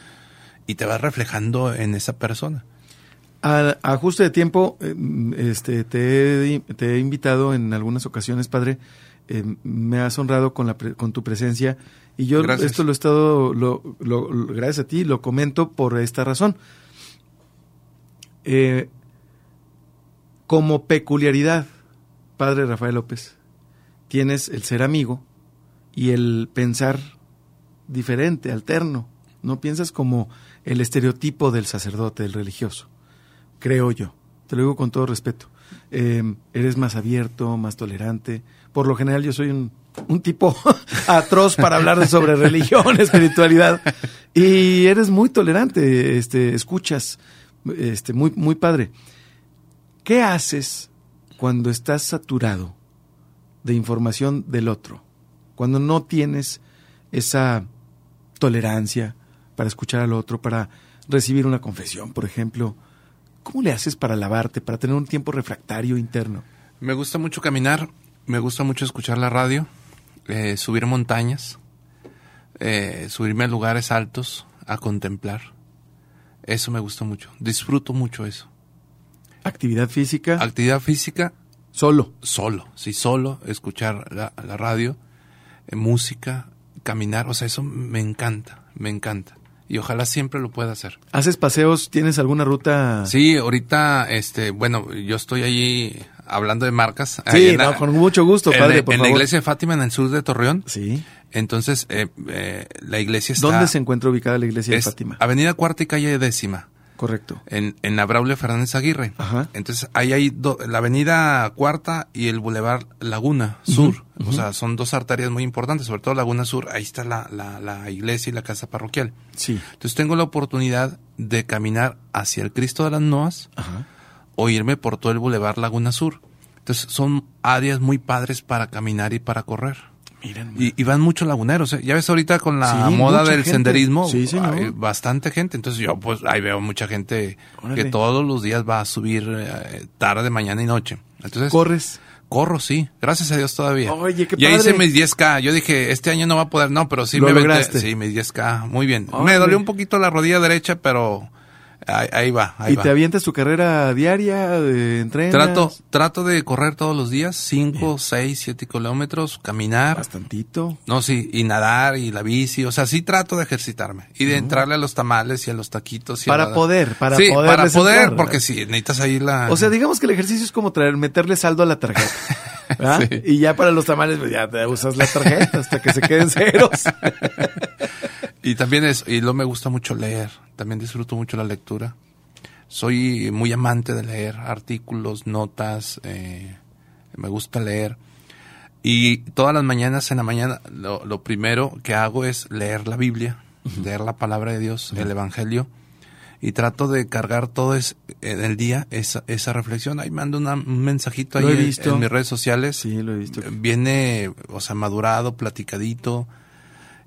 D: y te vas reflejando en esa persona.
C: Al ajuste de tiempo, eh, este, te, he, te he invitado en algunas ocasiones, padre. eh, me has honrado con, la pre- con tu presencia y yo
D: Gracias.
C: esto lo he estado, lo, lo- lo- gracias a ti, lo comento por esta razón. Eh, como peculiaridad, padre Rafael López, tienes el ser amigo y el pensar diferente, alterno. No piensas como el estereotipo del sacerdote, del religioso creo yo. Te lo digo con todo respeto. Eh, eres más abierto, más tolerante. Por lo general yo soy un, un tipo atroz para hablar de sobre religión, espiritualidad. Y eres muy tolerante, este, escuchas, este, muy, muy padre. ¿Qué haces cuando estás saturado de información del otro? Cuando no tienes esa tolerancia para escuchar al otro, para recibir una confesión, por ejemplo. ¿Cómo le haces para lavarte, para tener un tiempo refractario interno?
D: Me gusta mucho caminar, me gusta mucho escuchar la radio, eh, subir montañas, eh, subirme a lugares altos, a contemplar. Eso me gusta mucho, disfruto mucho eso.
C: Actividad física,
D: Actividad física,
C: solo.
D: solo, sí, solo, escuchar la, la radio, eh, música, caminar, o sea, eso me encanta, me encanta. Y ojalá siempre lo pueda hacer.
C: ¿Haces paseos? ¿Tienes alguna ruta?
D: Sí, ahorita, este, bueno, yo estoy allí hablando de marcas.
C: Sí,
D: ahí en
C: no, con mucho gusto,
D: en
C: padre,
D: la-
C: por
D: en la
C: favor.
D: iglesia de Fátima, en el sur de Torreón.
C: Sí.
D: Entonces, eh, eh, la iglesia está...
C: ¿Dónde se encuentra ubicada la iglesia
D: es
C: de Fátima?
D: Avenida Cuarta y Calle Décima.
C: Correcto.
D: en, en la Braulio Fernández Aguirre.
C: Ajá.
D: Entonces, ahí hay do- la avenida Cuarta y el Boulevard Laguna Sur. O sea, son dos arterias muy importantes, sobre todo Laguna Sur. Ahí está la, la, la iglesia y la casa parroquial.
C: Sí.
D: Entonces, tengo la oportunidad de caminar hacia el Cristo de las Noas
C: Ajá.
D: o irme por todo el Boulevard Laguna Sur. Entonces, son áreas muy padres para caminar y para correr.
C: Miren.
D: Y, y van muchos laguneros. ¿eh? Ya ves ahorita con la
C: Sí,
D: moda
C: mucha
D: del
C: gente.
D: senderismo,
C: Sí, señor.
D: hay bastante gente. Entonces yo pues ahí veo mucha gente
C: Órale.
D: que todos los días va a subir eh, tarde, mañana y noche. Entonces
C: ¿Corres?
D: corro, sí. Gracias a Dios todavía.
C: Oye, qué
D: Ya hice
C: padre.
D: mis 10K. Yo dije, este año no va a poder. No, pero sí
C: Lo
D: me aventé-
C: lograste.
D: Sí, mis 10K. Muy bien. Me
C: Órale.
D: dolió un poquito la rodilla derecha, pero ahí, ahí va. Ahí
C: ¿Y
D: va.
C: te avientas tu carrera diaria? de ¿Entrenas?
D: Trato, trato de correr todos los días, 5, 6, 7 kilómetros, caminar.
C: Bastantito.
D: No, sí, y nadar y la bici, o sea, sí trato de ejercitarme y de entrarle a los tamales y a los taquitos. Y a
C: Para
D: la-
C: poder, para
D: Sí,
C: poder
D: para
C: desenflar,
D: poder,
C: ¿verdad?
D: porque sí, necesitas ahí la...
C: O sea, digamos que el ejercicio es como traer, meterle saldo a la tarjeta. ¿verdad?
D: Sí.
C: Y ya para los tamales, pues ya te usas la tarjeta hasta que se queden ceros.
D: y también es, y lo me gusta mucho leer, también disfruto mucho la lectura. Soy muy amante de leer artículos, notas, eh, me gusta leer. Y todas las mañanas, en la mañana, lo, lo primero que hago es leer la Biblia, leer la palabra de Dios, el Evangelio. Y trato de cargar todo es, en el día esa, esa reflexión. Ahí mando una- un mensajito ahí
C: Lo he
D: en-
C: visto.
D: en mis redes sociales.
C: Sí, lo he visto.
D: Viene, o sea, madurado, platicadito.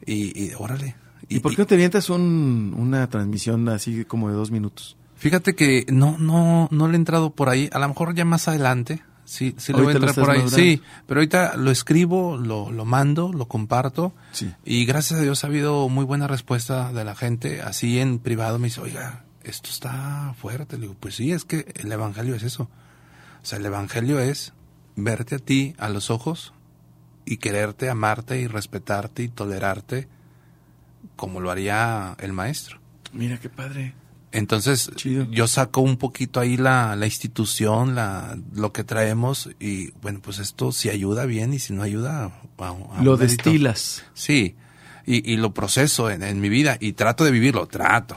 D: Y, y órale.
C: ¿Y, por qué no te avientas un- una transmisión así como de dos minutos?
D: Fíjate que no, no, no le he entrado por ahí. A lo mejor ya más adelante. Sí, sí le voy a
C: Ahorita lo
D: entrar por ahí.
C: estás
D: Sí,
C: madurando.
D: pero ahorita lo escribo, lo, lo mando, lo comparto.
C: Sí.
D: Y gracias a Dios ha habido muy buena respuesta de la gente. Así en privado me dice, oiga, esto está fuerte. Le digo, pues sí, es que el evangelio es eso. O sea, el evangelio es verte a ti a los ojos y quererte, amarte y respetarte y tolerarte como lo haría el maestro.
C: Mira qué padre.
D: Entonces,
C: Chido.
D: yo saco un poquito ahí la, la institución, la, lo que traemos, y bueno, pues esto si ayuda bien y si no ayuda, a- a un
C: Lo
D: mérito.
C: destilas.
D: Sí, y, y lo proceso en, en mi vida y trato de vivirlo, trato.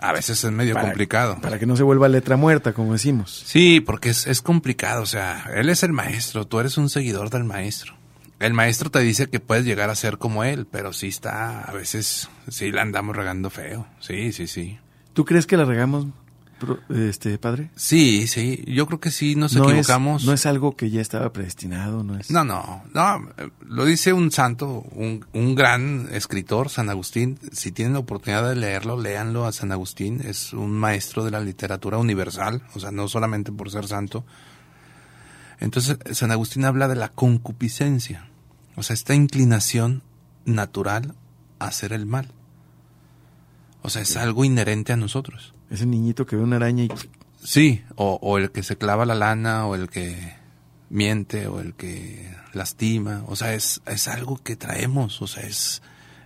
D: A veces es medio
C: Para-
D: complicado.
C: Para que no se vuelva letra muerta, como decimos.
D: Sí, porque es, es complicado, o sea, él es el maestro, tú eres un seguidor del maestro. El maestro te dice que puedes llegar a ser como él, pero sí está, a veces sí la andamos regando feo. Sí, sí, sí.
C: ¿Tú crees que la regamos, pro- este padre?
D: Sí, sí, yo creo que sí, nos
C: no, es,
D: equivocamos.
C: no es algo que ya estaba predestinado, no es.
D: No, no, no, eh, lo dice un santo, un, un gran escritor, San Agustín. Si tienen la oportunidad de leerlo, léanlo a San Agustín. Es un maestro de la literatura universal, o sea, no solamente por ser santo. Entonces, San Agustín habla de la concupiscencia, o sea, esta inclinación natural a hacer el mal. O sea, es algo inherente a nosotros.
C: Ese niñito que ve una araña y
D: Sí, o, o el que se clava la lana, o el que miente, o el que lastima. O sea, es, es algo que traemos, o sea, es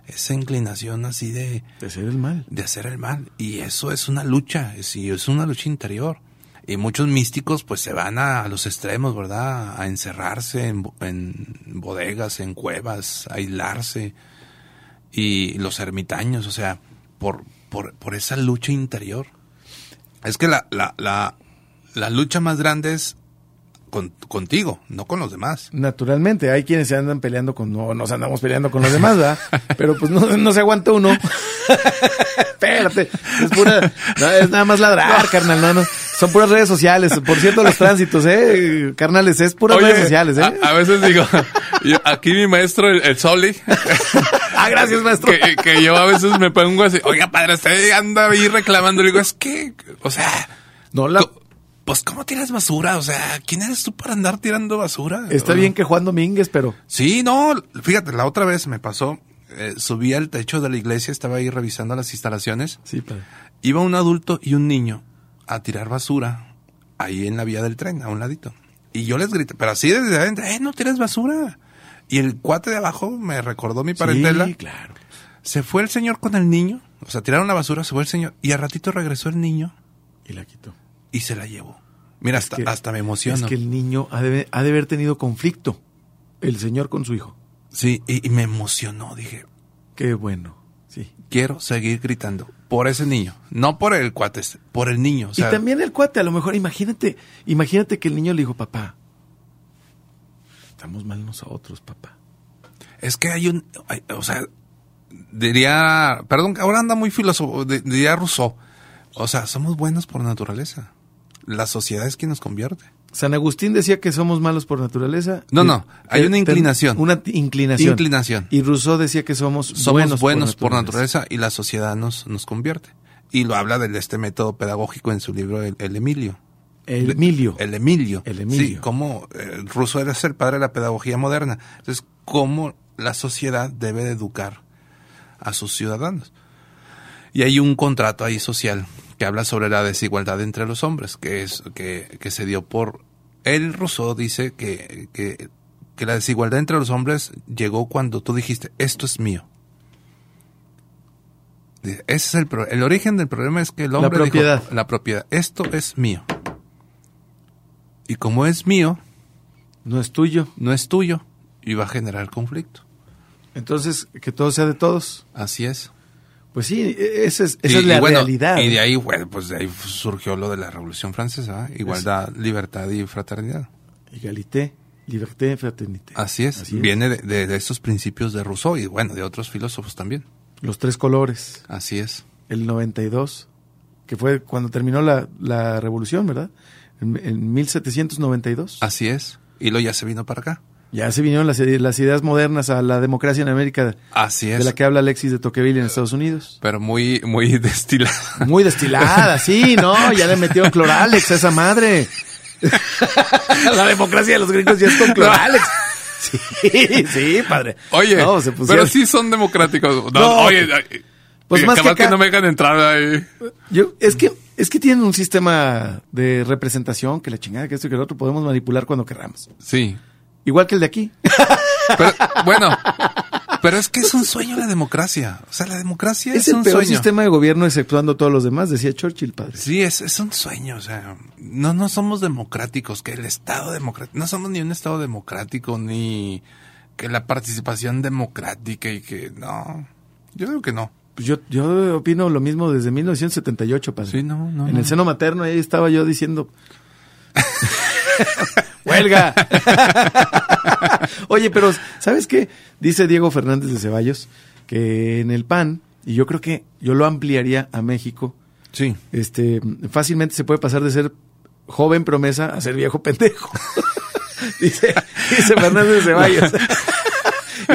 D: esa inclinación así de,
C: de hacer el mal.
D: de hacer el mal. Y eso es una lucha, es, y es una lucha interior. Y muchos místicos pues se van a, a los extremos, ¿verdad? A encerrarse en, bo- en bodegas, en cuevas, a aislarse. Y los ermitaños, o sea, por, por, por esa lucha interior. Es que la, la, la, la lucha más grande es con- contigo, no con los demás.
C: Naturalmente, hay quienes se andan peleando con, no, nos andamos peleando con los demás, ¿verdad? Pero pues no, no se aguanta uno. Espérate, es pura, no, es nada más ladrar, carnal, no, no, son puras redes sociales. Por cierto, los tránsitos, eh, carnales, es puras
G: Oye,
C: redes sociales, eh.
G: a, a veces digo, yo- aquí mi maestro, el, el Soli,
C: Ah, gracias, maestro.
G: que, que yo a veces me pongo así, oiga padre, usted anda ahí reclamando, le digo, es que, o sea,
C: No, la-
G: co- pues cómo tiras basura, o sea, ¿quién eres tú para andar tirando basura?
C: está bien que Juan Domínguez, pero
D: Sí, no, fíjate, la otra vez me pasó, eh, subí al techo de la iglesia, estaba ahí revisando las instalaciones.
C: sí, padre.
D: Iba un adulto y un niño a tirar basura ahí en la vía del tren, a un ladito. Y yo les grité, pero así desde adentro, ¡eh, no tires basura! Y el cuate de abajo me recordó mi parentela.
C: Sí, claro.
D: Se fue el señor con el niño, o sea, tiraron la basura, se fue el señor, y al ratito regresó el niño
C: Y la quitó.
D: y se la llevó. Mira, hasta,
C: que-
D: hasta me emociono.
C: Es que el niño ha de, ha de haber tenido conflicto, el señor con su hijo.
D: Sí, y- y me emocionó, dije,
C: Qué bueno, sí.
D: quiero seguir gritando por ese niño, no por el cuate, este, por el niño. o sea,
C: y también el cuate, a lo mejor, imagínate, imagínate que el niño le dijo, papá, estamos mal nosotros, papá.
D: Es que hay un, hay- o sea, diría, perdón, ahora anda muy filósofo, di- diría Rousseau. O sea, somos buenos por naturaleza. La sociedad es quien nos convierte.
C: San Agustín decía que somos malos por naturaleza.
D: No,
C: Y-
D: no, hay
C: que
D: una
C: ten-
D: inclinación.
C: Una t- inclinación.
D: Inclinación.
C: Y Rousseau decía que somos,
D: Somos buenos, por,
C: naturaleza.
D: naturaleza. y la sociedad nos, nos convierte. Y lo habla de este método pedagógico en su libro El, El Emilio.
C: El Emilio.
D: El Emilio.
C: El Emilio.
D: Sí, como Rousseau era el padre de la pedagogía moderna. Entonces, cómo la sociedad debe de educar a sus ciudadanos. Y hay un contrato ahí social que habla sobre la desigualdad entre los hombres, que es que, que se dio por el Rousseau dice que, que, que la desigualdad entre los hombres llegó cuando tú dijiste esto es mío. Dice, Ese es el, pro- el origen del problema es que el hombre dijo,
C: propiedad.
D: la propiedad, esto es mío. Y como es mío,
C: No es tuyo.
D: no es tuyo y va a generar conflicto.
C: Entonces, que todo sea de todos.
D: Así es.
C: Pues sí, e- esa es, esa
D: Y-
C: es la
D: y bueno,
C: realidad.
D: Y de ahí, bueno, pues de ahí surgió lo de la Revolución Francesa, ¿eh? igualdad, libertad y fraternidad.
C: Egalité, liberté, fraternité.
D: Así es. Viene de, de- de estos principios de Rousseau y bueno, de otros filósofos también.
C: Los tres colores.
D: Así es.
C: el 92, que fue cuando terminó la, la revolución, ¿verdad? En, en 1792.
D: Así es. Y lo ya se vino para acá.
C: Ya se vinieron las, las ideas modernas a la democracia en América,
D: Así
C: de
D: es.
C: la que habla Alexis de Tocqueville en Estados Unidos.
D: Pero muy, muy destilada.
C: Muy destilada, sí, no, ya le metieron cloralex a esa madre. la democracia de los gringos ya es con cloralex. Sí, sí, padre.
G: Oye,
C: No, se pusieron-
G: pero sí son democráticos. No,
C: No,
G: oye, ay,
C: pues
G: eh,
C: más que
G: capaz que,
C: acá-
G: no me dejan entrar ahí.
C: Yo, es que, es que tienen un sistema de representación que la chingada, que esto y que el otro podemos manipular cuando querramos.
G: Sí.
C: Igual que el de aquí.
G: Pero, bueno,
D: Pero es que es un sueño la democracia. O sea, la democracia
C: Es,
D: es,
C: el
D: un
C: peor
D: sueño.
C: sistema de gobierno exceptuando todos los demás, decía Churchill, padre.
D: Sí, es, es un sueño, o sea, no, no somos democráticos, que el Estado democrático, no somos ni un Estado democrático, ni que la participación democrática y que no, yo creo que no.
C: Pues yo, yo opino lo mismo desde 1978, padre.
D: Sí, no, no,
C: En
D: no.
C: el seno materno ahí estaba yo diciendo... ¡Huelga! Oye, pero ¿sabes qué? Dice Diego Fernández de Ceballos que en el PAN, y yo creo que yo lo ampliaría a México,
D: Sí.
C: este, fácilmente se puede pasar de ser joven promesa a ser viejo pendejo. dice, dice Fernández de Ceballos.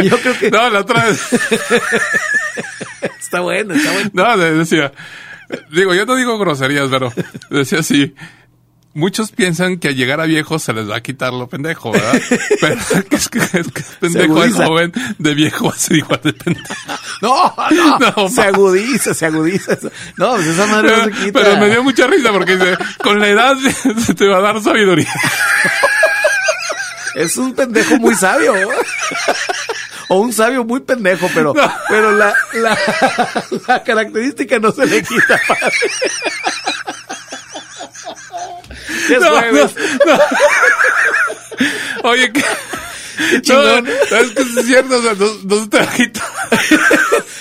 C: y yo creo que
G: No, la otra vez.
C: está bueno, está bueno.
G: No, de- decía. Digo, yo no digo groserías, pero decía así. Muchos piensan que al llegar a viejo se les va a quitar lo pendejo, ¿verdad? Pero que es que, es que pendejo es
C: agudiza.
G: joven, de viejo va a ser igual de pendejo.
C: No, no,
G: No,
C: se
G: ma.
C: agudiza, se agudiza. No, pues esa madre no se quita.
G: Pero me dio mucha risa porque dice, con la edad se te va a dar sabiduría.
C: Es un pendejo muy sabio. ¿no? O un sabio muy pendejo, pero, pero la, la, la característica no se le quita. padre. Ya es jueves.
G: Oye, qué,
C: chingón.
G: No, es que es cierto, o sea, no, no se te va a quitar.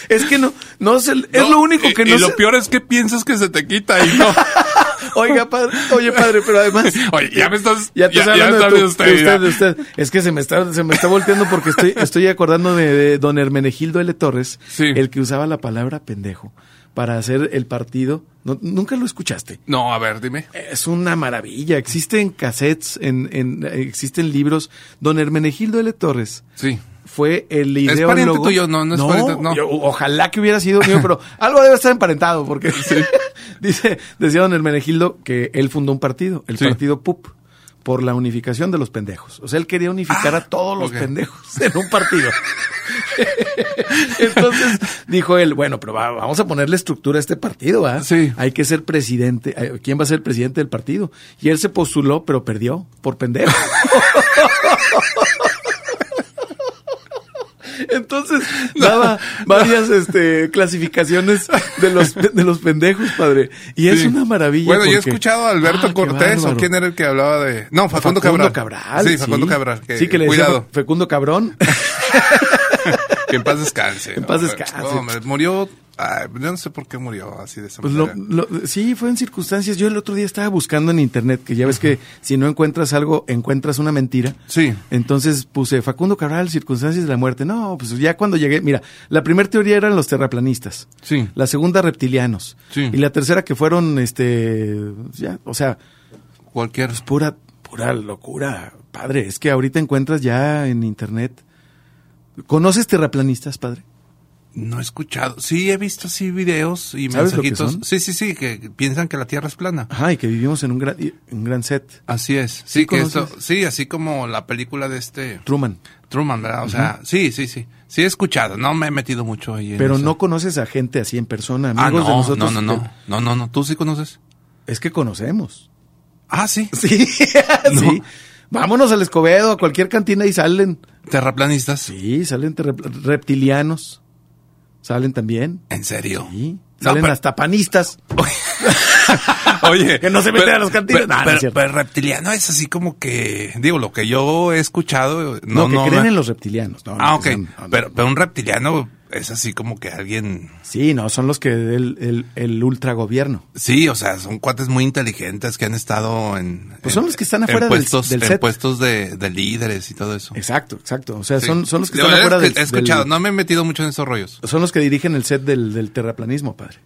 C: Es que no, no se, le- es lo único que
G: y,
C: no
G: y lo
C: se-
G: peor es que piensas que se te quita y no.
C: Oiga, padre, oye, padre, pero además.
G: Oye, ya me estás-
C: Ya te
G: ya-
C: estoy
G: ya
C: hablando
G: estás
C: de,
G: de
C: tu-
G: usted,
C: de usted,
G: ya.
C: de usted. Es que se me está, se me está volteando porque estoy, estoy acordándome de don Hermenegildo L. Torres,
G: Sí.
C: el que usaba la palabra pendejo para hacer el partido. No- nunca lo escuchaste.
G: No, a ver, dime.
C: Es una maravilla. Existen cassettes, en, en, existen libros. Don Hermenegildo L. Torres
G: Sí.
C: fue el
G: pariente
C: ideólogo.
G: tuyo, no, no es pariente, no.
C: yo- ojalá que hubiera sido mío, pero algo debe estar emparentado, porque dice, decía don Hermenegildo que él fundó un partido, el
G: Sí.
C: partido PUP, por la unificación de los pendejos. O sea, él quería unificar a todos los
G: Ah, ok.
C: pendejos en un partido. Entonces dijo él, bueno, pero va- vamos a ponerle estructura a este partido, ¿ah?
G: Sí.
C: Hay que ser presidente. eh, ¿Quién va a ser presidente del partido? Y él se postuló, pero perdió por pendejo. Entonces daba varias este, clasificaciones de los, de los pendejos, padre. Y es
G: Sí.
C: una maravilla.
G: Bueno, yo he
C: porque-
G: escuchado a Alberto
C: Ah, qué
G: Cortés, o
C: bárbaro.
G: quién era el que hablaba de. No, Facundo,
C: Facundo
G: Cabral.
C: Cabral.
G: Sí, Facundo Cabral. Que,
C: sí, que le decía
G: cuidado,
C: Fecundo Cabrón.
G: que en paz descanse.
C: En paz
G: No,
C: descanse.
G: No, hombre, murió. ay, yo no sé por qué murió así de esa
C: Pues lo-
G: manera.
C: lo- sí, fueron circunstancias. Yo el otro día estaba buscando en internet, que ya ves que si no encuentras algo, encuentras una mentira.
G: Sí.
C: Entonces puse Facundo Cabral, circunstancias de la muerte. No, pues ya cuando llegué, mira, la primera teoría eran los terraplanistas.
G: Sí.
C: La segunda, reptilianos.
G: Sí.
C: Y la tercera que fueron, este, ya, o sea,
G: Cualquier.
C: pues pura, pura locura, padre. Es que ahorita encuentras ya en internet. ¿Conoces terraplanistas, padre?
D: No he escuchado, sí he visto así videos y
C: ¿Sabes lo que
D: mensajitos.
C: son?
D: Sí, sí, sí, que piensan que la Tierra es plana.
C: Ajá, y que vivimos en un gran, un gran set.
D: Así es. Sí,
C: ¿Sí
D: que esto,
C: conoces?
D: sí, así como la película de este
C: Truman.
D: Truman, ¿verdad? O sea, sí, sí, sí. Sí he escuchado, no me he metido mucho ahí. en
C: Pero
D: eso.
C: no conoces a gente así en persona,
D: Ah,
C: amigos
D: no,
C: de nosotros.
D: no, no, no, no, no, no, tú sí conoces.
C: Es que conocemos.
D: Ah, sí,
C: Sí, sí. Vámonos al Escobedo, a cualquier cantina y salen.
D: terraplanistas.
C: Sí, salen terrepl- reptilianos. Salen también.
D: ¿En serio?
C: Sí.
D: No,
C: Salen
D: pero-
C: hasta panistas.
G: Oye.
C: Que no se meten
G: pero-
C: a los cantinas.
D: Pero,
C: No, no es
D: pero-
C: cierto.
D: pero reptiliano es así como que, digo, lo que yo he escuchado. No,
C: No, que
D: no
C: creen
D: me-
C: en los reptilianos. No, no,
D: Ah, ok.
C: que son- no, no.
D: Pero, pero un reptiliano es así como que alguien.
C: Sí, no, son los que el, el, el ultragobierno.
D: Sí, o sea, son cuates muy inteligentes que han estado en.
C: Pues
D: en-
C: son los que están
D: en
C: afuera del-
D: puestos,
C: del
D: en
C: set.
D: puestos de, de líderes y todo eso.
C: Exacto, exacto. O sea,
D: Sí.
C: son, son los que
D: Digo,
C: están
D: es
C: afuera
D: que
C: del,
D: He escuchado,
C: del-
D: no me he metido mucho en esos rollos.
C: Son los que dirigen el set del, del terraplanismo, padre.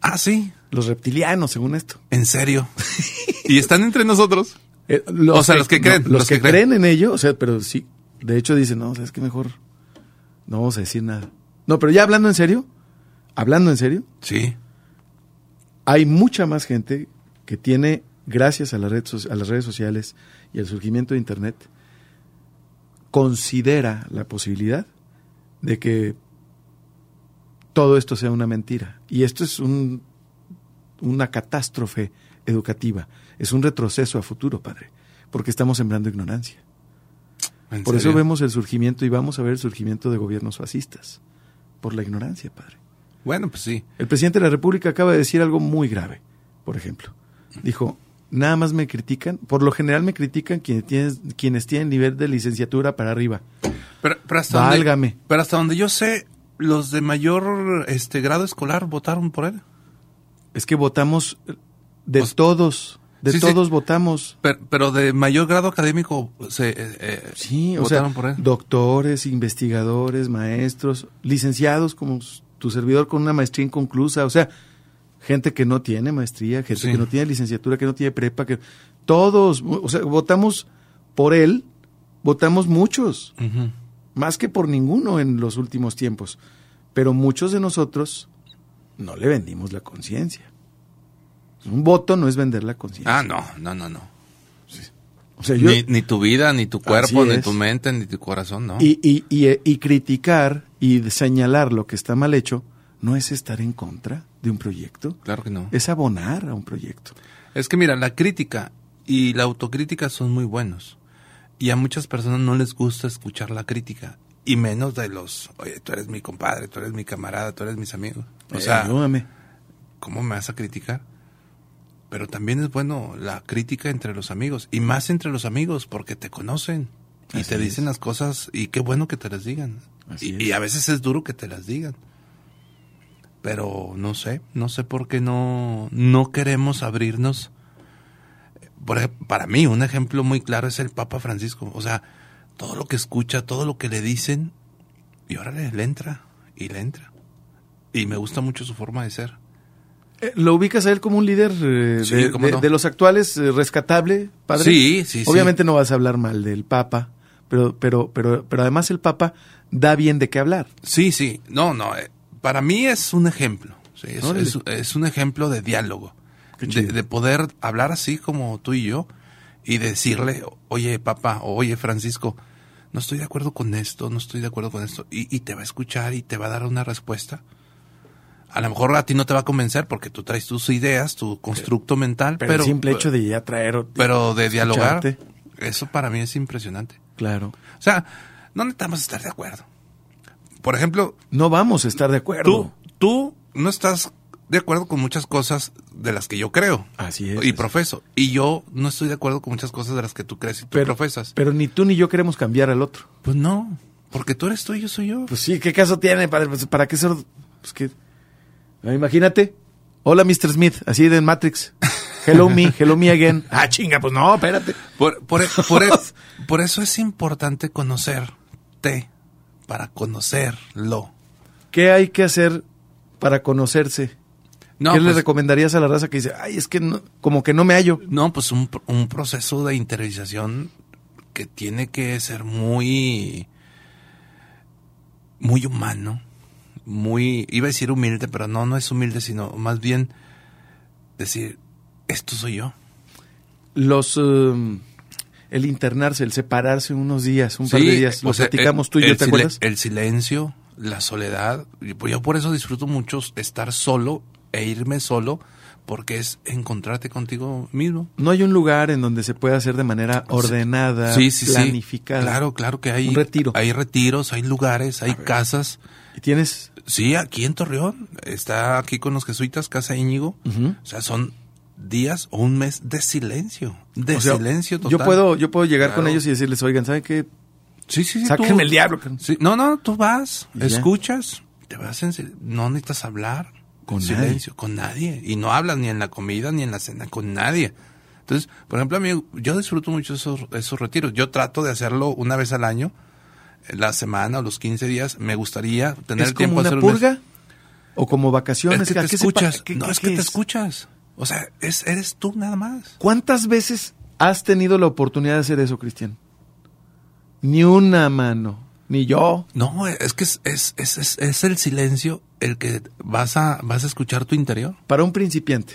D: Ah, sí,
C: Los reptilianos, según esto.
D: en serio. y están entre nosotros.
C: Eh, los
D: O sea, los que creen,
C: los, que, creen. en ello, o sea, pero sí. De hecho, dicen, no, o sea, es que mejor no vamos a decir nada. No, pero ya hablando en serio, hablando en serio,
D: Sí.
C: hay mucha más gente que tiene, gracias a, la red so- a las redes sociales y al surgimiento de Internet, considera la posibilidad de que todo esto sea una mentira. Y esto es un- una catástrofe educativa, es un retroceso a futuro, padre, porque estamos sembrando ignorancia.
G: ¿En
C: Por
G: serio?
C: eso vemos el surgimiento y vamos a ver el surgimiento de gobiernos fascistas. Por la ignorancia, padre.
D: Bueno, pues sí.
C: El presidente de la República acaba de decir algo muy grave, por ejemplo. Dijo, nada más me critican, por lo general me critican quienes tienen, quienes tienen nivel de licenciatura para arriba.
D: Pero, pero hasta donde-
C: Válgame.
D: pero hasta donde yo sé, los de mayor este grado escolar votaron por él.
C: Es que votamos de
D: Pues-
C: todos, de
D: Sí, sí.
C: todos votamos.
D: Pero, pero de mayor grado académico se eh, eh,
C: Sí, o
D: votaron
C: sea,
D: por él.
C: doctores, investigadores, maestros, licenciados como s- tu servidor con una maestría inconclusa, o sea, gente que no tiene maestría, gente
D: Sí.
C: que no tiene licenciatura, que no tiene prepa, que todos, o sea, votamos por él, votamos muchos.
D: Ujú.
C: más que por ninguno en los últimos tiempos. Pero muchos de nosotros no le vendimos la conciencia. Un voto no es vender la conciencia.
D: Ah, no, no, no, no.
C: O sea, yo-
D: ni, ni tu vida, ni tu cuerpo,
C: Así
D: ni
C: es.
D: tu mente, ni tu corazón, no.
C: y, y- y- eh, y criticar y de- señalar lo que está mal hecho no es estar en contra de un proyecto,
D: claro que no. Es,
C: es abonar a un proyecto.
D: que mira, la crítica y la autocrítica son muy buenos. Y a muchas personas no les gusta escuchar la crítica. Y menos de los, oye, tú eres mi compadre, tú eres mi camarada, tú eres mis amigos. O
C: Eh,
D: sea,
C: ayúdame.
D: ¿cómo me vas a criticar? Pero también es bueno la crítica entre los amigos, y más entre los amigos, porque te conocen y
C: Así
D: te dicen
C: es.
D: las cosas, y qué bueno que te las digan.
C: Así
D: Y,
C: es.
D: y a veces es duro que te las digan. Pero no sé, no sé por qué no, no queremos abrirnos. Por ej- para mí, un ejemplo muy claro es el Papa Francisco. O sea, todo lo que escucha, todo lo que le dicen, y ahora le entra, y le entra. Y me gusta mucho su forma de ser.
C: Eh, ¿Lo ubicas a él como un líder eh,
D: Sí,
C: de,
D: cómo
C: de-
D: no.
C: de los actuales eh, rescatable, padre?
D: Sí, sí, sí.
C: Obviamente no vas a hablar mal del Papa, pero, pero, pero, pero además el Papa da bien de qué hablar.
D: Sí, sí. No, no. eh, Para mí es un ejemplo. Sí, es,
C: Órale.
D: es- es un ejemplo de diálogo.
C: Qué
D: De,
C: chido.
D: de poder hablar así como tú y yo y decirle, oye, papá, o, oye, Francisco, no estoy de acuerdo con esto, no estoy de acuerdo con esto. Y, y te va a escuchar y te va a dar una respuesta. A lo mejor a ti no te va a convencer porque tú traes tus ideas, tu constructo mental,
C: Pero,
D: pero, eh,
C: el simple hecho de ya traer.
D: pero de dialogar,
C: escucharte.
D: eso para mí es impresionante.
C: Claro.
D: O sea, no necesitamos estar de acuerdo. Por ejemplo,
C: No vamos a estar de acuerdo.
D: Tú, tú no estás de acuerdo con muchas cosas de las que yo creo.
C: Así es.
D: Y profeso. Y yo no estoy de acuerdo con muchas cosas de las que tú crees y tú
C: pero,
D: profesas.
C: Pero ni tú ni yo queremos cambiar al otro.
D: pues no, porque tú eres tú y yo soy yo.
C: Pues sí, ¿qué caso tiene, padre? Pues, ¿Para qué ser.? Pues que. Ah, Imagínate. Hola, Mr. Smith. Así de en Matrix. Hello me, hello me again. Ah, chinga, pues no, espérate.
D: Por, por- e, por- por eso es importante conocerte para conocerlo.
C: ¿Qué hay que hacer para conocerse?
D: No,
C: ¿Qué le
D: pues,
C: recomendarías a la raza que dice, ay, es que no- como que no me hallo?
D: no, pues un, pro- un proceso de interiorización que tiene que ser muy, muy humano, muy, iba a decir humilde, pero no, no es humilde, sino más bien decir, esto soy yo.
C: Los.
D: um,
C: em, el internarse, el separarse unos días, un par de días. Lo
D: o sea, eh,
C: platicamos
D: el-
C: tú y yo,
D: el
C: ¿te
D: sile-
C: acuerdas?
D: El silencio, la soledad, y pues yo por eso disfruto mucho estar solo e irme solo, porque es encontrarte contigo mismo.
C: No hay un lugar en donde se pueda hacer de manera ordenada,
D: Sí, sí, sí.
C: planificada.
D: Claro, claro que hay,
C: Un retiro.
D: hay retiros, hay lugares, hay casas.
C: Y tienes.
D: Sí, aquí en Torreón. Está aquí con los jesuitas, Casa Íñigo.
C: Ujú.
D: O sea, son días o un mes de silencio. De
C: o sea,
D: silencio total.
C: Yo puedo, yo puedo llegar con
D: Claro.
C: ellos y decirles, oigan, ¿saben qué?
D: Sí, sí, sí.
C: Sáquenme
D: tú-
C: el diablo. cabrón".
D: Sí, no, no, tú vas,
C: Y ya.
D: escuchas, te vas en sil- No necesitas hablar.
C: Con
D: En silencio, con nadie. Y no hablas ni en la comida ni en la cena, con nadie. Entonces, por ejemplo, a mí, yo disfruto mucho esos, esos retiros. Yo trato de hacerlo una vez al año, eh, la semana o los 15 días. Me gustaría tener
C: ¿Es
D: el tiempo
C: como
D: de
C: una
D: hacer un mes.
C: purga? ¿O como vacaciones?
D: Es que
C: ¿A
D: te
C: qué se pa-
D: escuchas.
C: qué-
D: no,
C: qué-
D: es
C: qué
D: que te escuchas. O sea, es, eres tú nada más.
C: ¿Cuántas veces has tenido la oportunidad de hacer eso, Cristian? Ni una mano, ni yo.
D: No, es que es, es, es, es- es el silencio el que vas a, vas a escuchar tu interior.
C: Para un principiante,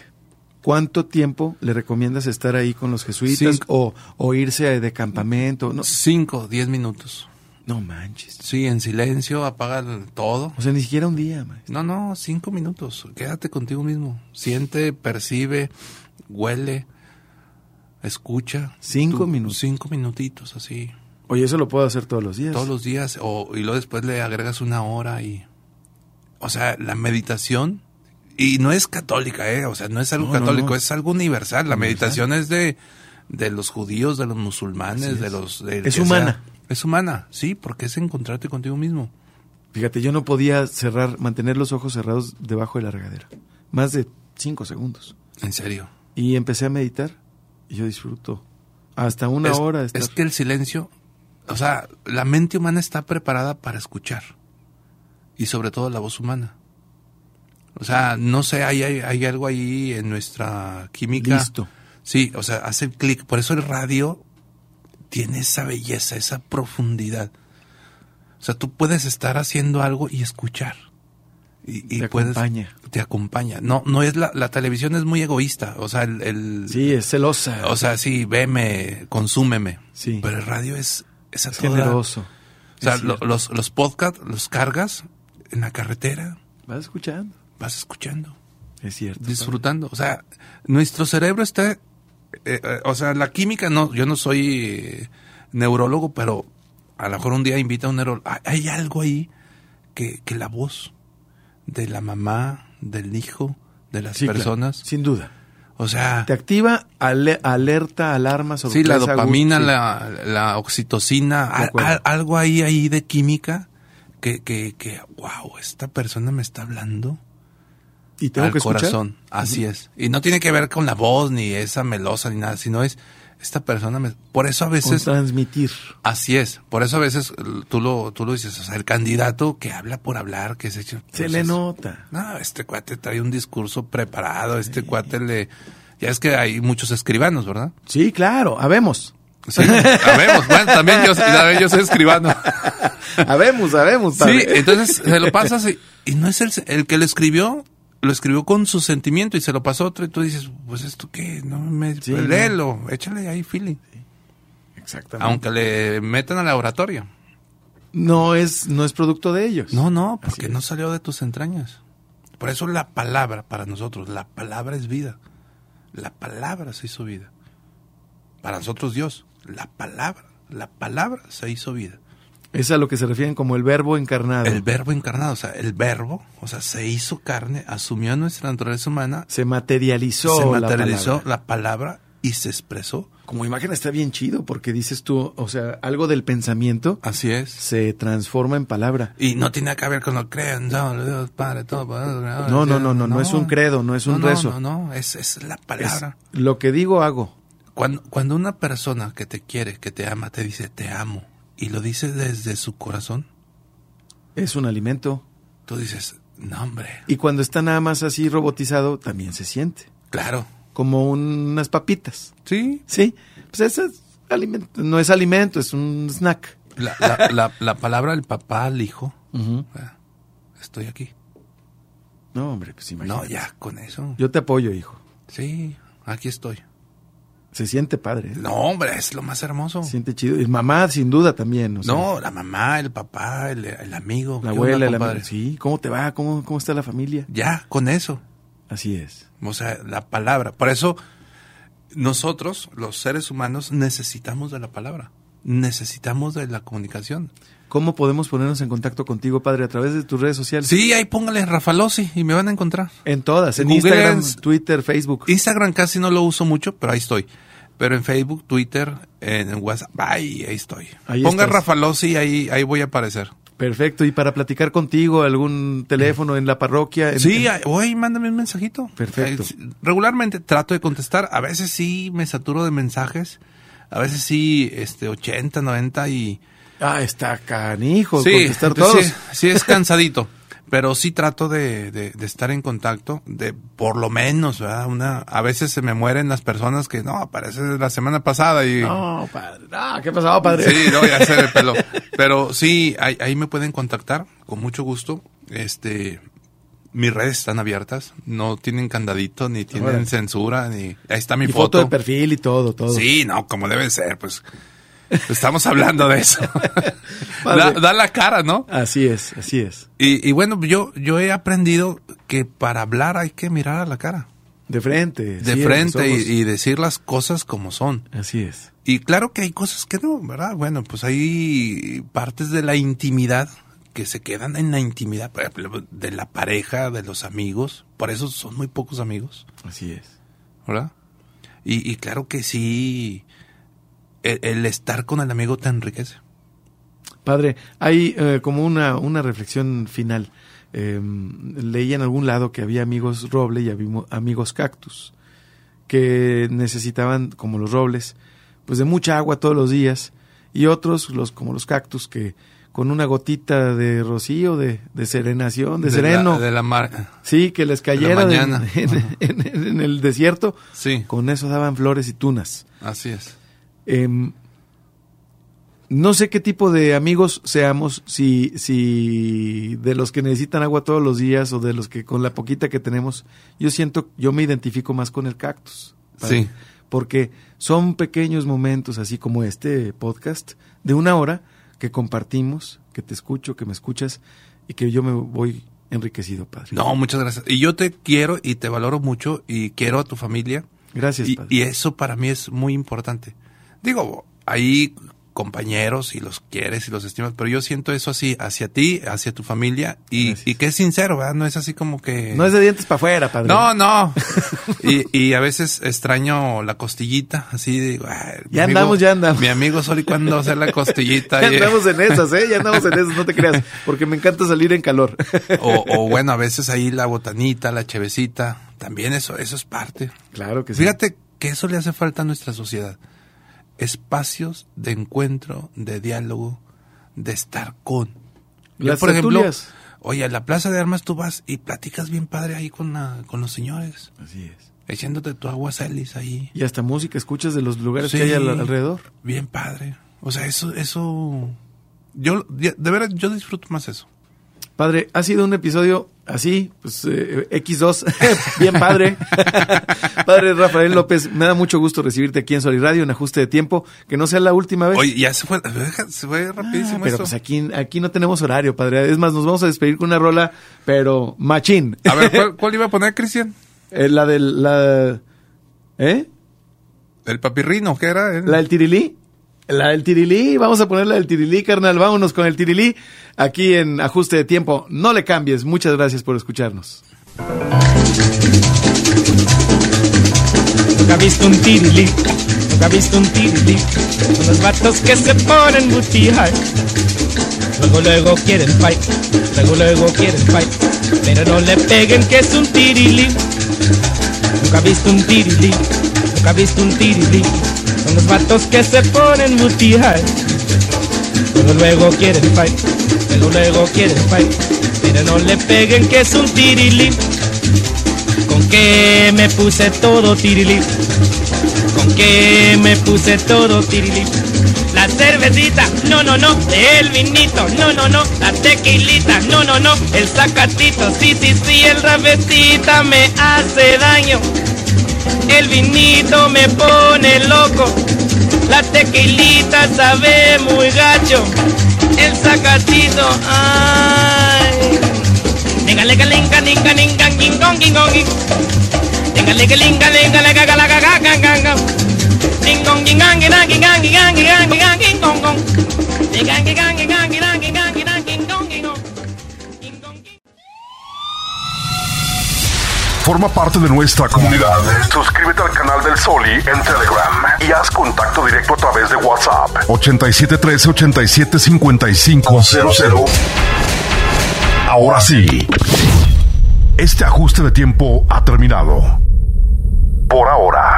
C: ¿cuánto tiempo le recomiendas estar ahí con los jesuitas
D: Cinco.
C: o, o irse de campamento? No,
D: Cinco, diez minutos.
C: no manches.
D: Sí, en silencio, apaga el- todo.
C: O sea, ni siquiera un día, maestro.
D: No, no, cinco minutos. Quédate contigo mismo. Siente, percibe, huele, escucha.
C: Cinco
D: Tú-
C: minutos.
D: Cinco minutitos, así.
C: Oye, eso lo puedo hacer todos los días.
D: todos los días o, y luego después le agregas una hora y... O sea, la meditación, y no es católica, ¿eh? O sea, no es algo
C: No, no,
D: católico,
C: no.
D: es algo universal. La meditación es de, de los judíos, de los musulmanes, de los... del
C: Es
D: que
C: humana.
D: sea. Es humana, sí, porque es encontrarte contigo mismo.
C: Fíjate, yo no podía cerrar, mantener los ojos cerrados debajo de la regadera. Más de cinco segundos.
D: En serio.
C: Y empecé a meditar y yo disfruto. Hasta una
D: es,
C: hora. de estar-
D: es que el silencio, o sea, la mente humana está preparada para escuchar. Y sobre todo la voz humana. O sea, no sé, hay, hay, hay algo ahí en nuestra química.
C: Listo.
D: Sí, o sea, hace clic. Por eso el radio tiene esa belleza, esa profundidad. O sea, tú puedes estar haciendo algo y escuchar. Y, y
C: Te
D: puedes-
C: acompaña.
D: Te acompaña. No, no es la, la televisión es muy egoísta. O sea, el, el-
C: Sí, es celosa.
D: o sea, sí, veme, consúmeme.
C: Sí.
D: Pero el radio es, es, a
C: es
D: toda-
C: generoso.
D: O sea,
C: Es
D: lo-
C: cierto.
D: los, los podcasts los cargas en la carretera,
C: Vas escuchando.
D: vas escuchando,
C: Es cierto.
D: disfrutando. O sea, nuestro cerebro está. eh, eh, o sea, la química, no, yo no soy eh, neurólogo, pero a lo mejor un día invita a un neurólogo. Hay, hay algo ahí que, que la voz de la mamá, del hijo, de las
C: Sí, claro,
D: personas.
C: sin duda.
D: O sea,
C: Te activa ale- alerta, alarma sobre
D: Sí, la dopamina, la, la oxitocina,
C: De
D: al-
C: acuerdo.
D: al- algo ahí, ahí de química que, que, que, wow, esta persona me está hablando
C: Y tengo
D: al
C: que escuchar.
D: corazón. Así es. Y no tiene que ver con la voz, ni esa melosa, ni nada, sino es, esta persona me... Por eso Pues a
C: Con
D: veces...
C: transmitir.
D: Así es. Por eso a veces l- tú lo, tú lo dices, o sea, el candidato que habla por hablar, que se echa...
C: Se
D: pues,
C: le
D: es-
C: nota.
D: no, este cuate trae un discurso preparado, este cuate le... Ya es que hay muchos escribanos, ¿verdad?
C: Sí, claro. Habemos.
D: Sí, sabemos. Bueno, también yo, también yo soy escribano.
C: Habemos, habemos.
D: Sí,
C: padre.
D: entonces se lo pasas y, y no es el, el que lo escribió, lo escribió con su sentimiento y se lo pasó a otro y tú dices, pues esto qué, no me...
C: Sí,
D: pues,
C: no.
D: léelo, échale ahí feeling.
C: Exactamente.
D: Aunque le metan al laboratorio.
C: No es, no es producto de ellos.
D: No, no,
C: Así
D: porque
C: es.
D: no salió de tus entrañas. Por eso la palabra para nosotros, la palabra es vida. La palabra se hizo vida. Para nosotros Dios, la palabra, la palabra se hizo vida.
C: Es a lo que se refieren como el verbo encarnado.
D: El verbo encarnado, o sea, el verbo, o sea, se hizo carne, asumió nuestra naturaleza humana,
C: se materializó.
D: se
C: la
D: materializó
C: palabra.
D: la palabra. y se expresó.
C: Como imagen está bien chido porque dices tú, o sea, algo del pensamiento
D: Así es.
C: se transforma en palabra.
D: Y no tiene que ver con lo crean, no, lo Dios, Padre, todo. poderoso,
C: No, no, no, no, no es un credo, no es un rezo.
D: No, no, no, es, es la
C: Es
D: palabra.
C: lo que digo, hago.
D: Cuando, cuando una persona que te quiere, que te ama, te dice te amo y lo dice desde su corazón,
C: Es un alimento.
D: tú dices, no, hombre,
C: Y cuando está nada más así robotizado, también se siente.
D: claro.
C: Como unas papitas.
D: Sí,
C: ¿Sí? Pues eso es alimento. No es alimento, es un snack.
D: la, la- la- la palabra del papá al hijo,
C: Ujú.
D: ah, estoy aquí.
C: No, hombre, pues imagínate.
D: No, ya, con eso.
C: Yo te apoyo, hijo.
D: Sí, aquí estoy.
C: Se siente padre. ¿eh?
D: No, hombre, es lo más hermoso.
C: Se siente chido. Y mamá, sin duda, también. o sea,
D: no, la mamá, el papá, el, el amigo.
C: La
D: ¿qué onda,
C: abuela, la
D: compadre?
C: madre. Sí, ¿cómo te va? ¿Cómo, ¿Cómo está la familia?
D: Ya, con eso.
C: Así es.
D: O sea, la palabra. Por eso, nosotros, los seres humanos, necesitamos de la palabra. Necesitamos de la comunicación.
C: ¿Cómo podemos ponernos en contacto contigo, padre, a través de tus redes sociales?
D: Sí, ahí póngale Rafalosi y me van a encontrar.
C: En todas, en
D: Google
C: Instagram,
D: es-
C: Twitter, Facebook.
D: Instagram casi no lo uso mucho, pero ahí estoy. Pero en Facebook, Twitter, en WhatsApp, ahí, ahí estoy.
C: Ahí
D: Ponga
C: estás.
D: Rafalosi y ahí, ahí voy a aparecer.
C: Perfecto. Y para platicar contigo, algún teléfono en la parroquia. en-
D: Sí,
C: en-
D: ay, oye, mándame un mensajito.
C: Eh, Perfecto.
D: Eh, Regularmente trato de contestar. A veces sí me saturo de mensajes. A veces sí, este, 80, 90 y...
C: Ah, está canijo.
D: sí,
C: contestar
D: entonces
C: todos.
D: Sí, sí es cansadito. pero sí trato de, de- de estar en contacto, de por lo menos, ¿verdad? Una, a veces se me mueren las personas que, no, aparece la semana pasada y...
C: No, padre. Ah, ¿qué pasaba, padre?
D: Sí, no, ya se me peló. Pero sí, ahí, ahí me pueden contactar con mucho gusto. Este, mis redes están abiertas, no tienen candadito, ni tienen
C: Órale.
D: censura, ni ahí está mi
C: Y foto
D: foto.
C: de perfil y todo, todo.
D: Sí, no, como debe ser, pues. Estamos hablando de eso. da,
C: Padre.
D: da la cara, ¿no?
C: Así es, así es.
D: Y, y bueno, yo, yo he aprendido que para hablar hay que mirar a la cara.
C: De frente.
D: de
C: sí, en
D: frente
C: los
D: y,
C: ojos.
D: y decir las cosas como son.
C: Así es.
D: Y claro que hay cosas que no, ¿verdad? Bueno, pues hay partes de la intimidad que se quedan en la intimidad, por ejemplo, de la pareja, de los amigos. Por eso son muy pocos amigos,
C: Así es.
D: ¿verdad? Y, y claro que sí, el, el estar con el amigo te enriquece.
C: Padre, hay eh, como una, una reflexión final. Eh, leí en algún lado que había amigos roble y había amigos cactus, que necesitaban, como los robles, pues de mucha agua todos los días, y otros, los como los cactus, que con una gotita de rocío, de, de serenación, de,
D: la-
C: sereno,
D: de la mar-
C: sí, que les cayera de-
D: mañana.
C: en- en- en el desierto,
D: Sí,
C: con eso daban flores y tunas.
D: así es.
C: Em, no sé qué tipo de amigos seamos, si, si de los que necesitan agua todos los días o de los que con la poquita que tenemos, yo siento, yo me identifico más con el cactus. padre,
D: Sí.
C: Porque son pequeños momentos, así como este podcast, de una hora que compartimos, que te escucho, que me escuchas y que yo me voy enriquecido, padre.
D: No, muchas gracias. Y yo te quiero y te valoro mucho y quiero a tu familia.
C: Gracias,
D: Y,
C: padre.
D: y eso para mí es muy importante. Digo, hay compañeros y los quieres y los estimas, pero yo siento eso así hacia ti, hacia tu familia y,
C: Gracias.
D: y que es sincero, ¿verdad? No es así como que...
C: no es de dientes para afuera, padre.
D: no, no. y, y a veces extraño la costillita, así digo... "Ay, mi
C: Ya andamos, ya andamos".
D: Mi amigo Soli cuando hace la costillita.
C: Ya
D: Y-
C: andamos en esas, ¿eh? Ya andamos en esas, no te creas. Porque me encanta salir en calor.
D: o, o bueno, a veces ahí la botanita, la chevecita, también eso, eso es parte.
C: Claro que sí.
D: Fíjate que eso le hace falta a nuestra sociedad. Espacios de encuentro, de diálogo, de estar con. Yo,
C: Las tertulias.
D: oye, a la Plaza de Armas tú vas y platicas bien padre ahí con, la- con los señores,
C: Así es.
D: echándote tu agua celis ahí.
C: Y hasta música escuchas de los lugares
D: Sí,
C: que hay al- alrededor.
D: Bien padre. O sea, eso, eso... Yo, de de veras, yo disfruto más eso.
C: Padre, ha sido un episodio así, pues eh, X2, bien padre. padre Rafael López, me da mucho gusto recibirte aquí en Sol y Radio, en ajuste de tiempo, que no sea la última vez.
D: Oye, ya se fue, se fue rapidísimo
C: Pues Ah, pero
D: esto.
C: pues aquí, aquí no tenemos horario, padre. Es más, nos vamos a despedir con una rola, pero machín.
D: A ver, ¿cuál, cuál iba a poner Cristian?
C: Eh, la del, la, ¿eh?
D: ¿El papirrino? ¿Qué era? él?
C: ¿La del tirilí? La del tirilí, vamos a poner la del tirilí, carnal. Vámonos con el tirilí aquí en Ajuste de Tiempo. No le cambies. Muchas gracias por escucharnos.
B: Nunca he visto un tirilí, nunca he visto un tirilí. Son los vatos que se ponen booty high. Luego, luego quieren fight, luego, luego quieren fight. Pero no le peguen que es un tirilí. Nunca he visto un tirilí, nunca he visto un tirilí. Son los vatos que se ponen booty high. Luego, luego quieren fight, luego, luego quieren fight. Pero no le peguen que es un tirilí. Con que me puse todo tirilí. Con que me puse todo tirilí. La cervecita, no, no, no. El vinito, no, no, no. La tequilita, no, no, no. El zacatito, sí, sí, sí. El rabetita me hace daño. El vinito me pone loco. La tequilita sabe muy gacho. El zacatito, ay. Venga, lega, linga, linga, linga, gingón, gingón, ging. Venga, lega, linga, linga, lega, ga, la, ga, ga, ga, ga, ga. Gingón, gingán, gingán, gingán, gingán, gingán, gingán, gingón, gong. Gingán, gingán, gingán, gingán, gingán, gingán, gingón, gingón. Gingón, gingón.
A: Forma parte de nuestra comunidad. Suscríbete al canal del Soli en Telegram y haz contacto directo a través de WhatsApp. 8713 875500. Ahora sí. Este ajuste de tiempo ha terminado. Por ahora.